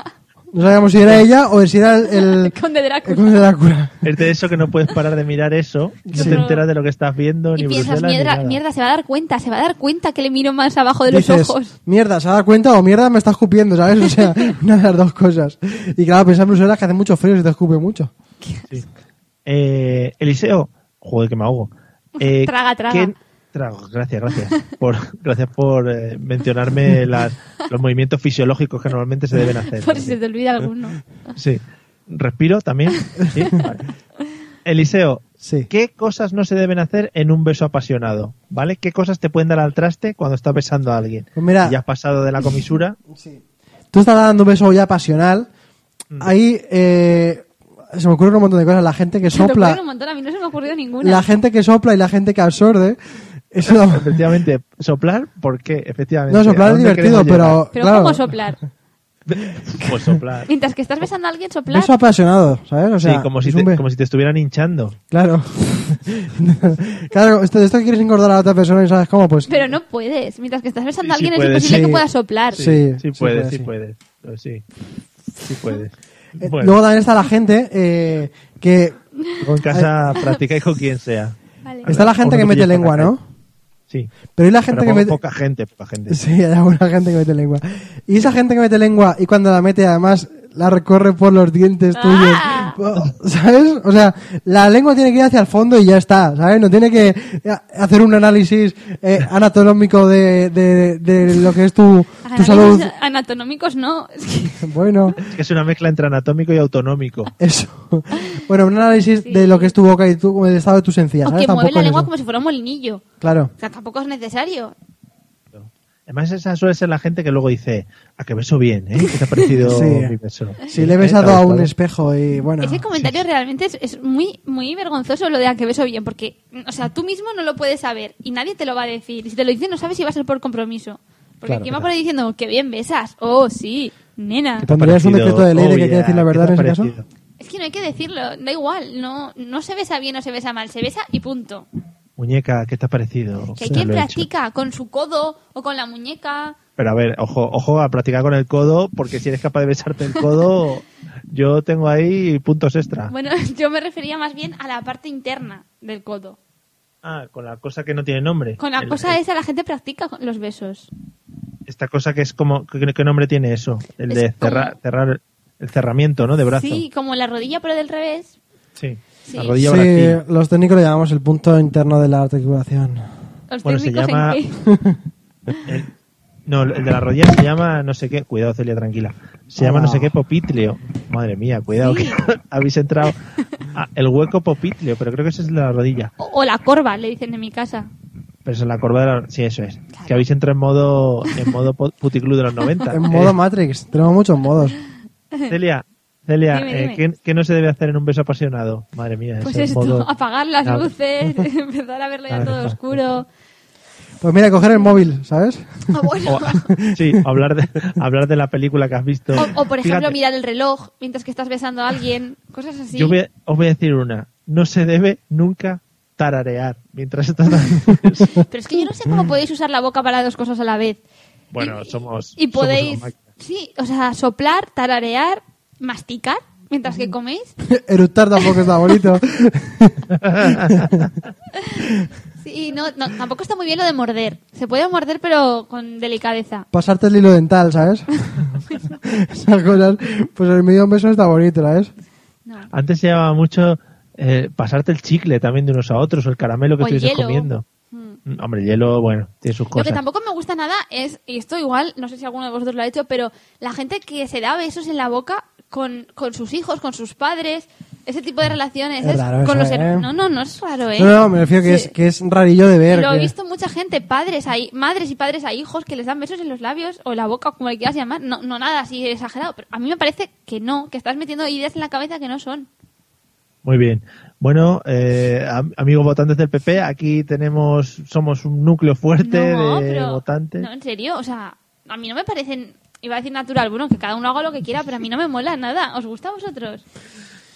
No sabíamos si era ella o si era el, el,
El conde
el
Drácula.
conde Drácula.
Es de eso que no puedes parar de mirar eso. No
Sí.
te enteras de lo que estás viendo,
Y
ni
piensas,
Bruselas, ni
mierda,
nada.
mierda, se va a dar cuenta, se va a dar cuenta que le miro más abajo de
Dices,
los ojos.
mierda, ¿se ha dado cuenta o mierda me está escupiendo, ¿sabes? O sea, una de las dos cosas. Y claro, pensar en Bruselas que hace mucho frío y te escupe mucho.
Sí. Eh, Eliseo, joder que me ahogo. Eh,
Traga, traga.
¿quién- trago, gracias, gracias. Por, gracias por eh, mencionarme las- los movimientos fisiológicos que normalmente se deben hacer.
Por si se te olvida alguno.
Sí. Respiro también. Sí, vale. Eliseo,
Sí.
¿qué cosas no se deben hacer en un beso apasionado? ¿Vale? ¿Qué cosas te pueden dar al traste cuando estás besando a alguien?
Pues mira-
Y ya has pasado de la comisura.
Tú estás dando un beso ya pasional.
Mm.
Ahí eh, se me ocurren un montón de cosas. La gente que
Se te ocurren
sopla,
un montón, a mí no se me ha ocurrido ninguna.
la gente que sopla y la gente que absorbe. Eso
Efectivamente, soplar, ¿por qué? Efectivamente.
no,
¿A
soplar es
dónde
divertido,
queremos llegar?
pero,
Pero
claro,
¿cómo soplar?
Pues soplar.
Mientras que estás besando a alguien, soplar.
beso apasionado, ¿sabes? O sea,
sí, como si,
es un
te,
be-
como si te estuvieran hinchando.
claro, claro, esto, esto que quieres engordar a la otra persona y sabes cómo, pues
Pero no puedes. Mientras que estás besando a
Sí, sí
alguien, es
puedes,
imposible
sí.
que puedas soplar.
Sí.
sí
sí
puedes,
puede,
sí
sí.
puedes. Pues Sí, sí puedes.
Eh,
Bueno,
Luego también está la gente eh, que...
luego en casa practicáis con quien sea.
Vale.
Está la gente
Uno
que
que
mete
pille por
lengua,
la
¿no?
Sí.
Pero hay la
Pero
gente que
po-
mete...
poca gente, poca gente.
Sí, hay alguna gente que mete lengua. Y esa gente que mete lengua y cuando la mete además la recorre por los dientes tuyos.
Ah.
Po- ¿Sabes? O sea, la lengua tiene que ir hacia el fondo y ya está, ¿sabes? No tiene que eh, hacer un análisis eh, anatonómico de, de, de lo que es tu, tu
Análisis
salud.
Anatonómicos no. Es que-
Bueno,
Es que es una mezcla entre anatómico y autonómico.
eso. Bueno, un análisis de lo que es tu boca y tu, el estado de tus encías.
O
¿sabes?
que mueve
Tampoco
la
es
lengua
eso.
como si fuera un molinillo.
Claro.
O sea, tampoco es necesario.
Además, esa suele ser la gente que luego dice, a que beso bien, ¿eh? ¿Qué te ha parecido
Sí.
mi beso?
Si le he
¿Eh?
besado
¿Te ha
a un
gustado?
espejo y bueno.
Ese comentario realmente es, es muy muy vergonzoso lo de a que beso bien, porque, o sea, tú mismo no lo puedes saber y nadie te lo va a decir. Y si te lo dicen, no sabes si va a ser por compromiso. Porque
Claro,
aquí va
claro.
por ahí diciendo, que bien besas. Oh, sí, nena.
¿Qué te ha
¿Pondrías un
parecido?
decreto de ley de que
Oh,
hay que
yeah.
decir la
¿Qué
verdad
te
en
ha
ese caso?
parecido?
Es que no hay que decirlo, da igual, no, no se besa bien o se besa mal, se besa y punto.
Muñeca, ¿qué te ha parecido?
Que hay
Sí, Pues
quien
lo he hecho.
practica con su codo o con la muñeca.
Pero a ver, ojo, ojo a practicar con el codo, porque si eres capaz de besarte el codo, Yo tengo ahí puntos extra.
Bueno, yo me refería más bien a la parte interna del codo.
Ah, con la cosa que no tiene nombre.
Con la
El-
cosa esa la gente practica con los besos.
Esta cosa que es como. ¿Qué, qué nombre tiene eso? El
Es
de
como-
cerrar, cerrar. El cerramiento, ¿no? De brazo.
Sí, como la rodilla, pero del revés.
Sí.
Sí.
La rodilla
sí,
braquilla.
los técnicos le llamamos el punto interno de la articulación.
Los
Bueno, se
técnicos en
llama-
qué.
El- no, el de la rodilla se llama no sé qué. Cuidado, Celia, tranquila. Se llama no sé qué popitleo. Madre mía, cuidado
Oh. Sí.
que habéis entrado. Ah, el hueco popitleo, pero creo que ese es el de la rodilla.
O, o la corva, le dicen en mi casa.
Pero eso es la corva de la. Sí, eso es. Que habéis entrado en modo, en modo po- puticlub de los 90.
En modo Matrix, tenemos muchos modos.
Eh, Celia. Celia,
Dime,
eh,
dime.
¿qué, qué no se debe hacer en un beso apasionado? Madre mía,
Pues
ese
esto,
modo-
apagar las
Ah,
luces, empezar a verlo ya
Claro.
todo oscuro.
Pues mira, coger el móvil, ¿sabes?
Ah, bueno.
O- sí, o hablar de, hablar de la película que has visto.
O, o, por ejemplo,
Fíjate,
mirar el reloj mientras que estás besando a alguien. Cosas así.
Yo voy a- os voy a decir una. No se debe nunca tararear mientras estás dando-
Pero es que yo no sé
Mm.
cómo podéis usar la boca para dos cosas a la vez.
Bueno,
Y-
somos-
Y
somos
podéis.
una máquina.
sí, o sea, soplar, tararear, masticar mientras
Mm.
que coméis.
Eructar tampoco está bonito.
Sí, no, no, tampoco está muy bien lo de morder. Se puede morder, pero con delicadeza.
Pasarte el hilo dental, ¿sabes? Esas cosas. Pues el medio beso está bonito, ¿sabes?
No.
Antes se llamaba mucho eh, pasarte el chicle también de unos a otros o el caramelo que
O el
estuvieses
hielo.
comiendo.
Mm.
Mm, Hombre, el hielo, bueno, tiene sus
Lo que
cosas.
tampoco me gusta nada es, y esto igual, no sé si alguno de vosotros lo ha hecho, pero la gente que se da besos en la boca con, con sus hijos, con sus padres, ese tipo de relaciones.
Es raro
con
eso,
los her-
¿eh?
No, no, no es raro, ¿eh?
No, no, me refiero que,
Sí.
es, que es rarillo de ver.
Lo
que-
he visto mucha gente, padres a, hi- madres y padres a hijos que les dan besos en los labios o en la boca, o como le quieras llamar. No, no nada así exagerado, pero a mí me parece que no, que estás metiendo ideas en la cabeza que no son.
Muy bien. Bueno, eh, am- amigos votantes del PP, aquí tenemos, somos un núcleo fuerte
no,
de
pero-
votantes.
No, en serio, o sea, a mí no me parecen, iba a decir natural, bueno, que cada uno haga lo que quiera, pero a mí no me mola nada. ¿Os gusta a vosotros?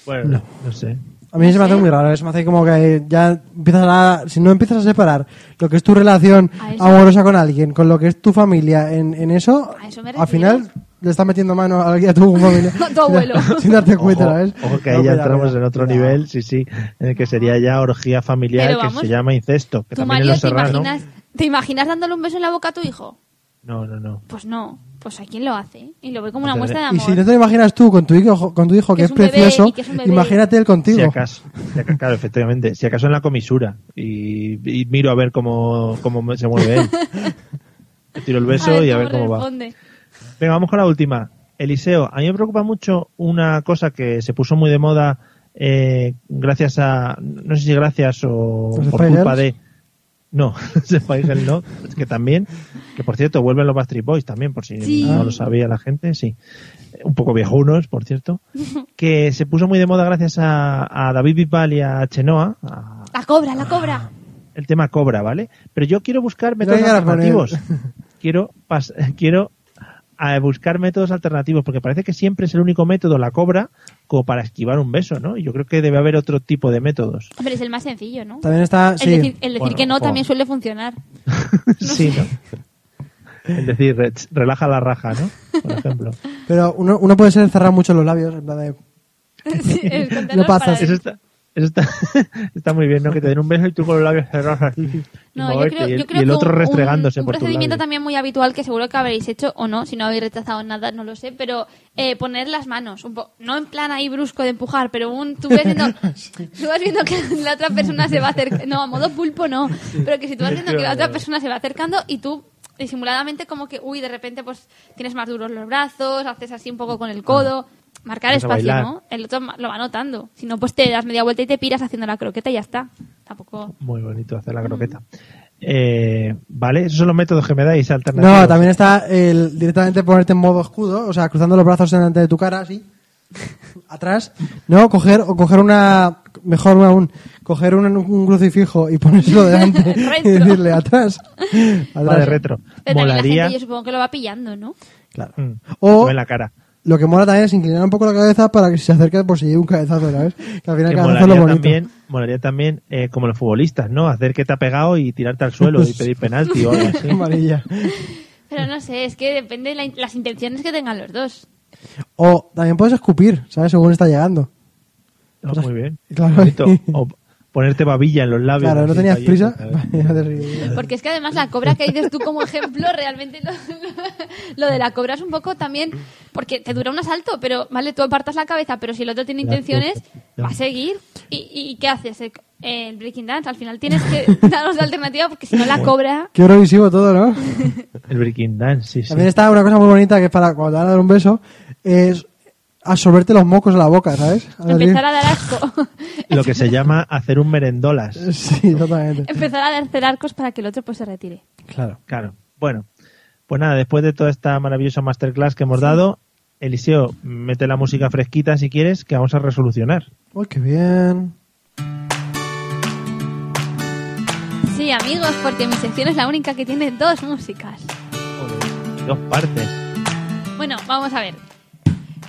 Bueno, no, sé.
A mí se me hace
sé.
muy raro, ¿eh? se me hace como que ya empiezas a... Si no empiezas a separar lo que es tu relación
A eso.
amorosa con alguien, con lo que es tu familia en, en eso,
A eso me refiero.
al final le estás metiendo mano a, alguien- a tu familia.
A tu
sin-
abuelo.
Sin darte cuenta,
ojo,
¿sabes?
ojo que
¿eh? No,
ahí ya
cuidado,
entramos
cuidado,
en otro
cuidado.
nivel, sí, sí, en el que sería ya orgía familiar
Pero
que
vamos,
se llama incesto, que
¿Tu
también en
marido
los
te
serrano.
imaginas, te imaginas dándole un beso en la boca a tu hijo?
No, no, no.
Pues no, pues a quién lo hace y lo ve como una
Hombre,
muestra de
Y
amor.
si no te lo imaginas tú con tu hijo, con tu hijo
Que
que, es,
es un bebé
precioso,
y que es un bebé.
imagínate él contigo.
Si acaso, si acaso- claro, efectivamente, si acaso en la comisura y, y miro a ver cómo, cómo me- se mueve él. Le tiro el beso y a ver cómo va.
responde.
Venga, vamos con la última. Eliseo, a mí me preocupa mucho una cosa que se puso muy de moda eh, gracias a, no sé si gracias o
¿Los
por
Spice
culpa
Girls?
de... No, Spice Girls no, es que también, que por cierto, vuelven los Backstreet Boys también, por si
Sí.
no lo sabía la gente, sí. Eh, Un poco viejunos, por cierto, que se puso muy de moda gracias a, a David Bisbal y a Chenoa, a-
La cobra, la cobra.
el tema cobra, ¿vale? Pero yo quiero buscar métodos
voy a poner.
alternativos. Quiero, pas- quiero eh, buscar métodos alternativos, porque parece que siempre es el único método, la cobra, como para esquivar un beso, ¿no? Y yo creo que debe haber otro tipo de métodos.
Hombre, es el más sencillo, ¿no?
También está...
El
sí.
decir, el decir
Bueno,
que no
ojo.
también suele funcionar.
sí, ¿no? Es decir, re- relaja la raja, ¿no? Por ejemplo.
Pero uno, uno puede ser cerrar mucho los labios, en plan de...
Sí, el
No
contenedor
pasas.
para-
Eso está, eso está, está muy bien, ¿no? Que te den un beso y tú con los labios cerrados así, y
No, yo
moverte,
creo,
y el,
yo creo
y el
que
otro
un- un-
restregándose
un,
por tus
procedimiento
labios.
también muy habitual que seguro que habréis hecho o no, si no habéis rechazado nada, no lo sé, pero eh, poner las manos, un po- no en plan ahí brusco de empujar, pero un, tú vas viendo, tú vas viendo que la otra persona se va acercando, no, a modo pulpo no, pero que si tú vas viendo que la otra persona se va acercando y tú disimuladamente como que, uy, de repente pues tienes más duros los brazos, haces así un poco con el codo, marcar
Vas a
espacio,
bailar.
¿no? El otro ma- lo va notando, si no pues te das media vuelta y te piras haciendo la croqueta y ya está, tampoco...
Muy bonito hacer la
Mm.
croqueta. Eh, vale, esos son los métodos que me dais alternativos.
No, también está el directamente ponerte en modo escudo, o sea, cruzando los brazos delante de tu cara, así, atrás, ¿no? Coger, o coger una, mejor aún, coger un, un crucifijo y ponérselo delante y
Retro.
decirle atrás.
Va de
atrás.
retro.
Pero también la
Molaría.
gente yo supongo que lo va pillando, ¿no?
Claro.
Mm,
O
no en la cara.
lo que mola también es inclinar un poco la cabeza para que si se acerca por si lleve un cabezazo, ¿sabes? Que al final
Que
el cabezazo es lo
molaría
bonito.
también, molaría también eh, como los futbolistas, ¿no? Hacer que te ha pegado y tirarte al suelo y pedir penalti o algo así.
Amarilla.
Pero no sé, es que depende de la in- las intenciones que tengan los dos.
O también puedes escupir, ¿sabes? Según está llegando.
No,
Cosas-
muy bien.
Claro.
Bonito. O ponerte babilla en los labios.
Claro, no
así,
tenías
ahí,
prisa.
claro.
Porque es que además la cobra que dices tú como ejemplo, realmente no- lo de la cobra es un poco también. Porque te dura un asalto, pero vale, tú apartas la cabeza, pero si el otro tiene
La
intenciones,
cobra.
va a seguir. ¿Y, y qué haces? Eh, El Breaking Dance, al final tienes que darnos la alternativa porque si no la cobra.
Qué eurovisivo todo, ¿no?
El breaking dance, sí, sí.
También está una cosa muy bonita que es para cuando te van a dar un beso, es absorberte los mocos en la boca, ¿sabes? Al salir.
Empezar a dar asco.
Lo que se llama hacer un merendolas.
Sí, totalmente.
Empezar a hacer arcos para que el otro pues se retire.
Claro. Claro. Bueno, pues nada, después de toda esta maravillosa masterclass que hemos dado, Eliseo, mete la música fresquita si quieres, que vamos a resolucionar.
Uy, qué bien.
Sí, amigos, porque mi sección es la única que tiene dos músicas.
Dos partes.
Bueno, vamos a ver.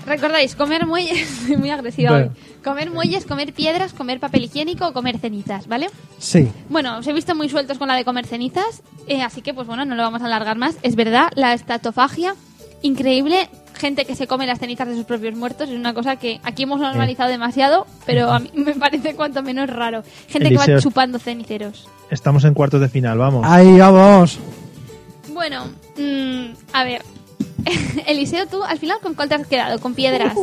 Recordáis, comer muelles, soy muy agresiva
Bueno.
hoy. Comer muelles, comer piedras, comer papel higiénico o comer cenizas, ¿vale?
Sí.
Bueno, os he visto muy sueltos con la de comer cenizas, eh, así que pues bueno, no lo vamos a alargar más. Es verdad, la estatofagia, increíble. Gente que se come las cenizas de sus propios muertos es una cosa que aquí hemos
Eh.
normalizado demasiado, pero a mí me parece cuanto menos raro. Gente que
Eliseo.
va chupando ceniceros.
Estamos en cuartos de final, vamos.
Ahí vamos.
Bueno, mm, a ver. Eliseo, tú al final con cuál te has quedado? ¿Con piedras?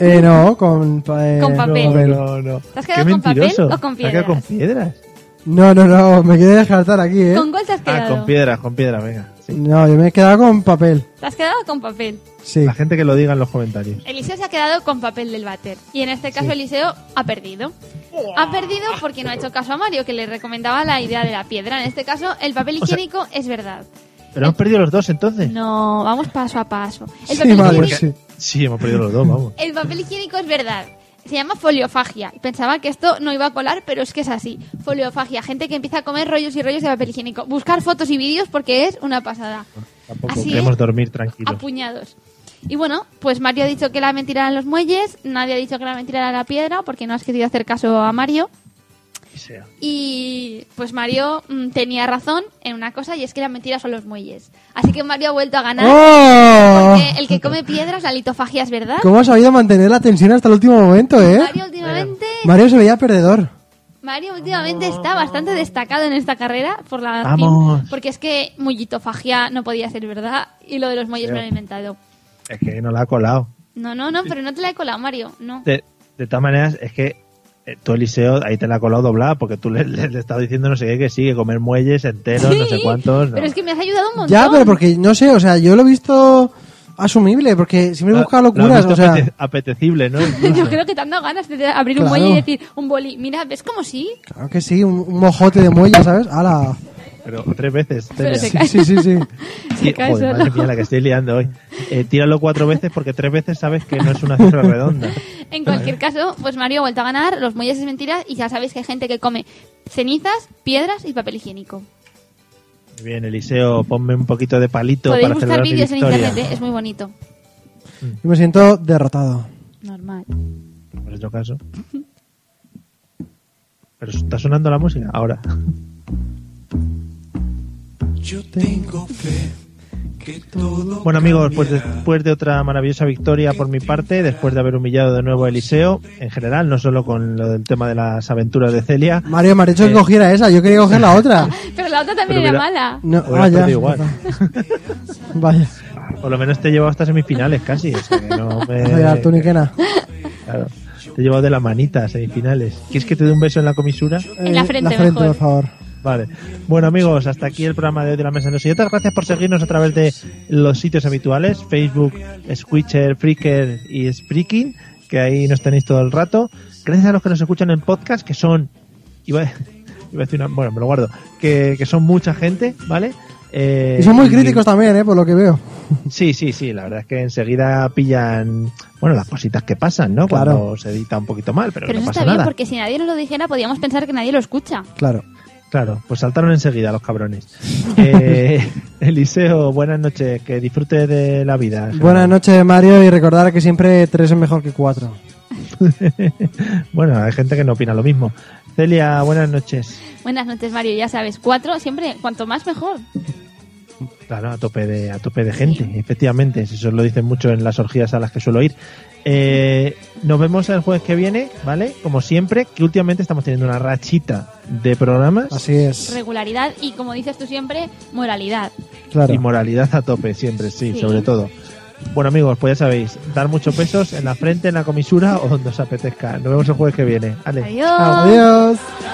Eh, no, con, eh,
Con papel.
No, no,
No, no.
¿Te has quedado con papel o con
¿Te has quedado con piedras?
no, no, no, me quedé descartar aquí, ¿eh?
¿Con cuál te has
Ah,
quedado?
con piedras, con piedras, venga. sí.
No, yo me he quedado con papel.
te has quedado con papel.
Sí.
La gente que lo diga en los comentarios.
Eliseo se ha quedado con papel del váter. Y en este caso Eliseo ha perdido. Ha perdido porque no ha hecho caso a Mario, que le recomendaba la idea de la piedra. En este caso, el papel
O sea-
higiénico es verdad.
¿Pero hemos perdido los dos entonces? Ah,
No, vamos paso a paso.
Sí,
El papel
vale,
higiénico-
sí.
Sí, hemos perdido los dos, vamos.
El papel higiénico es verdad. Se llama foliofagia. Pensaba que esto no iba a colar, pero es que es así. Foliofagia, gente que empieza a comer rollos y rollos de papel higiénico. Buscar fotos y vídeos porque es una pasada.
Tampoco
Así
queremos
es.
dormir
Ah,
tranquilos.
pues- Apuñados. Y bueno, pues Mario ha dicho que la mentira eran los muelles, nadie ha dicho que la mentira era la piedra, porque no has querido hacer caso a Mario.
Y sea.
Y pues Mario mm, tenía razón en una cosa, y es que la mentira son los muelles. Así que Mario ha vuelto a ganar.
¡Oh!
porque el que come piedras, la litofagia es verdad.
¿Cómo has sabido mantener la tensión hasta el último momento, eh?
Mario últimamente
Mario se veía perdedor.
Mario últimamente está bastante destacado en esta carrera por la
Vamos.
team, porque es que mullitofagia no podía ser verdad y lo de los muelles me lo he inventado.
Es que no la ha colado.
No, no, no, pero no te la he colado, Mario. No.
De, de todas maneras, es que eh, tú, Eliseo, ahí te la ha colado doblada porque tú le, le, le estabas diciendo no sé qué, que sí, que comer muelles enteros, no sé
Sí,
cuántos. no.
Pero es que me has ayudado un montón.
Ya, pero porque, no sé, o sea, yo lo he visto asumible, porque siempre he
Lo-
buscado
lo has
locuras,
visto
o sea...
apete- apetecible, ¿no?
Yo creo que te han dado ganas de abrir un
Claro.
muelle y decir un boli. Mira, ¿ves cómo sí?
Claro que sí, un, un mojote de muelle, ¿sabes? ¡Hala!
Pero tres veces.
Pero
Celia.
se
Sí, sí,
cae.
sí, sí.
Se cae
Joder,
solo.
madre mía, la que estoy liando hoy. Eh, tíralo cuatro veces porque tres veces sabes que no es una cifra redonda.
En cualquier caso, pues Mario ha vuelto a ganar, los muelles es mentira y ya sabéis que hay gente que come cenizas, piedras y papel higiénico.
Muy Bien, Eliseo, ponme un poquito de palito
Podéis
para
buscar
celebrar mi
vídeos en
victoria.
internet, ¿eh? es muy bonito.
Yo me siento derrotado.
Normal.
En nuestro caso. Pero está sonando la música ahora.
Yo tengo fe que todo.
Bueno amigos, pues después de otra maravillosa victoria por mi parte, después de haber humillado de nuevo a Eliseo, en general, no solo con lo del tema de las aventuras de Celia,
Mario, me has dicho que cogiera esa, yo quería coger la otra.
Pero la otra también
Pero mira-
era
mm,
mala.
No,
Hubiera
ah, ya.
pues perdido igual.
Vaya,
por lo menos te he llevado hasta semifinales casi. o sea que no me-
vaya, tú ni que nada.
Claro. Te he llevado de la manita a semifinales. ¿Quieres que te dé un beso en la comisura?
En la
Eh,
frente, mejor.
por favor.
Vale. Bueno, amigos, hasta aquí el programa de hoy de la Mesa de los Idiotas. Gracias por seguirnos a través de los sitios habituales: Facebook, Switcher, Freaker y Spreaking, que ahí nos tenéis todo el rato. Gracias a los que nos escuchan en podcast, que son. Iba a, iba a decir una- bueno, me lo guardo. Que, que son mucha gente, ¿vale? Eh,
Y son muy críticos también, eh, por lo que veo.
Sí, sí, sí, la verdad es que enseguida pillan, bueno, las cositas que pasan, ¿no?
Claro.
Cuando se edita un poquito mal, pero,
Pero
no
eso
pasa
está bien,
nada.
porque si nadie nos lo dijera, podíamos pensar que nadie lo escucha.
Claro.
Claro, pues saltaron enseguida los cabrones. Eh, Eliseo, buenas noches, que disfrute de la vida.
Buenas noches, Mario, y recordar que siempre tres es mejor que cuatro.
bueno, hay gente que no opina lo mismo. Celia, buenas noches.
Buenas noches, Mario. Ya sabes, cuatro, siempre, cuanto más mejor.
Claro, a tope de, a tope de gente, efectivamente. Eso lo dicen mucho en las orgías a las que suelo ir. Eh, nos vemos el jueves que viene, ¿vale? Como siempre, que últimamente estamos teniendo una rachita de programas
Así es.
Regularidad y, como dices tú siempre, moralidad.
Claro.
y moralidad a tope, siempre, sí,
Sí.
sobre todo. Bueno, amigos, pues ya sabéis, dar muchos
哎
pesos en la frente, en la comisura o donde os apetezca. Nos vemos el jueves que viene. Ale.
Adiós.
Adiós.
Adiós.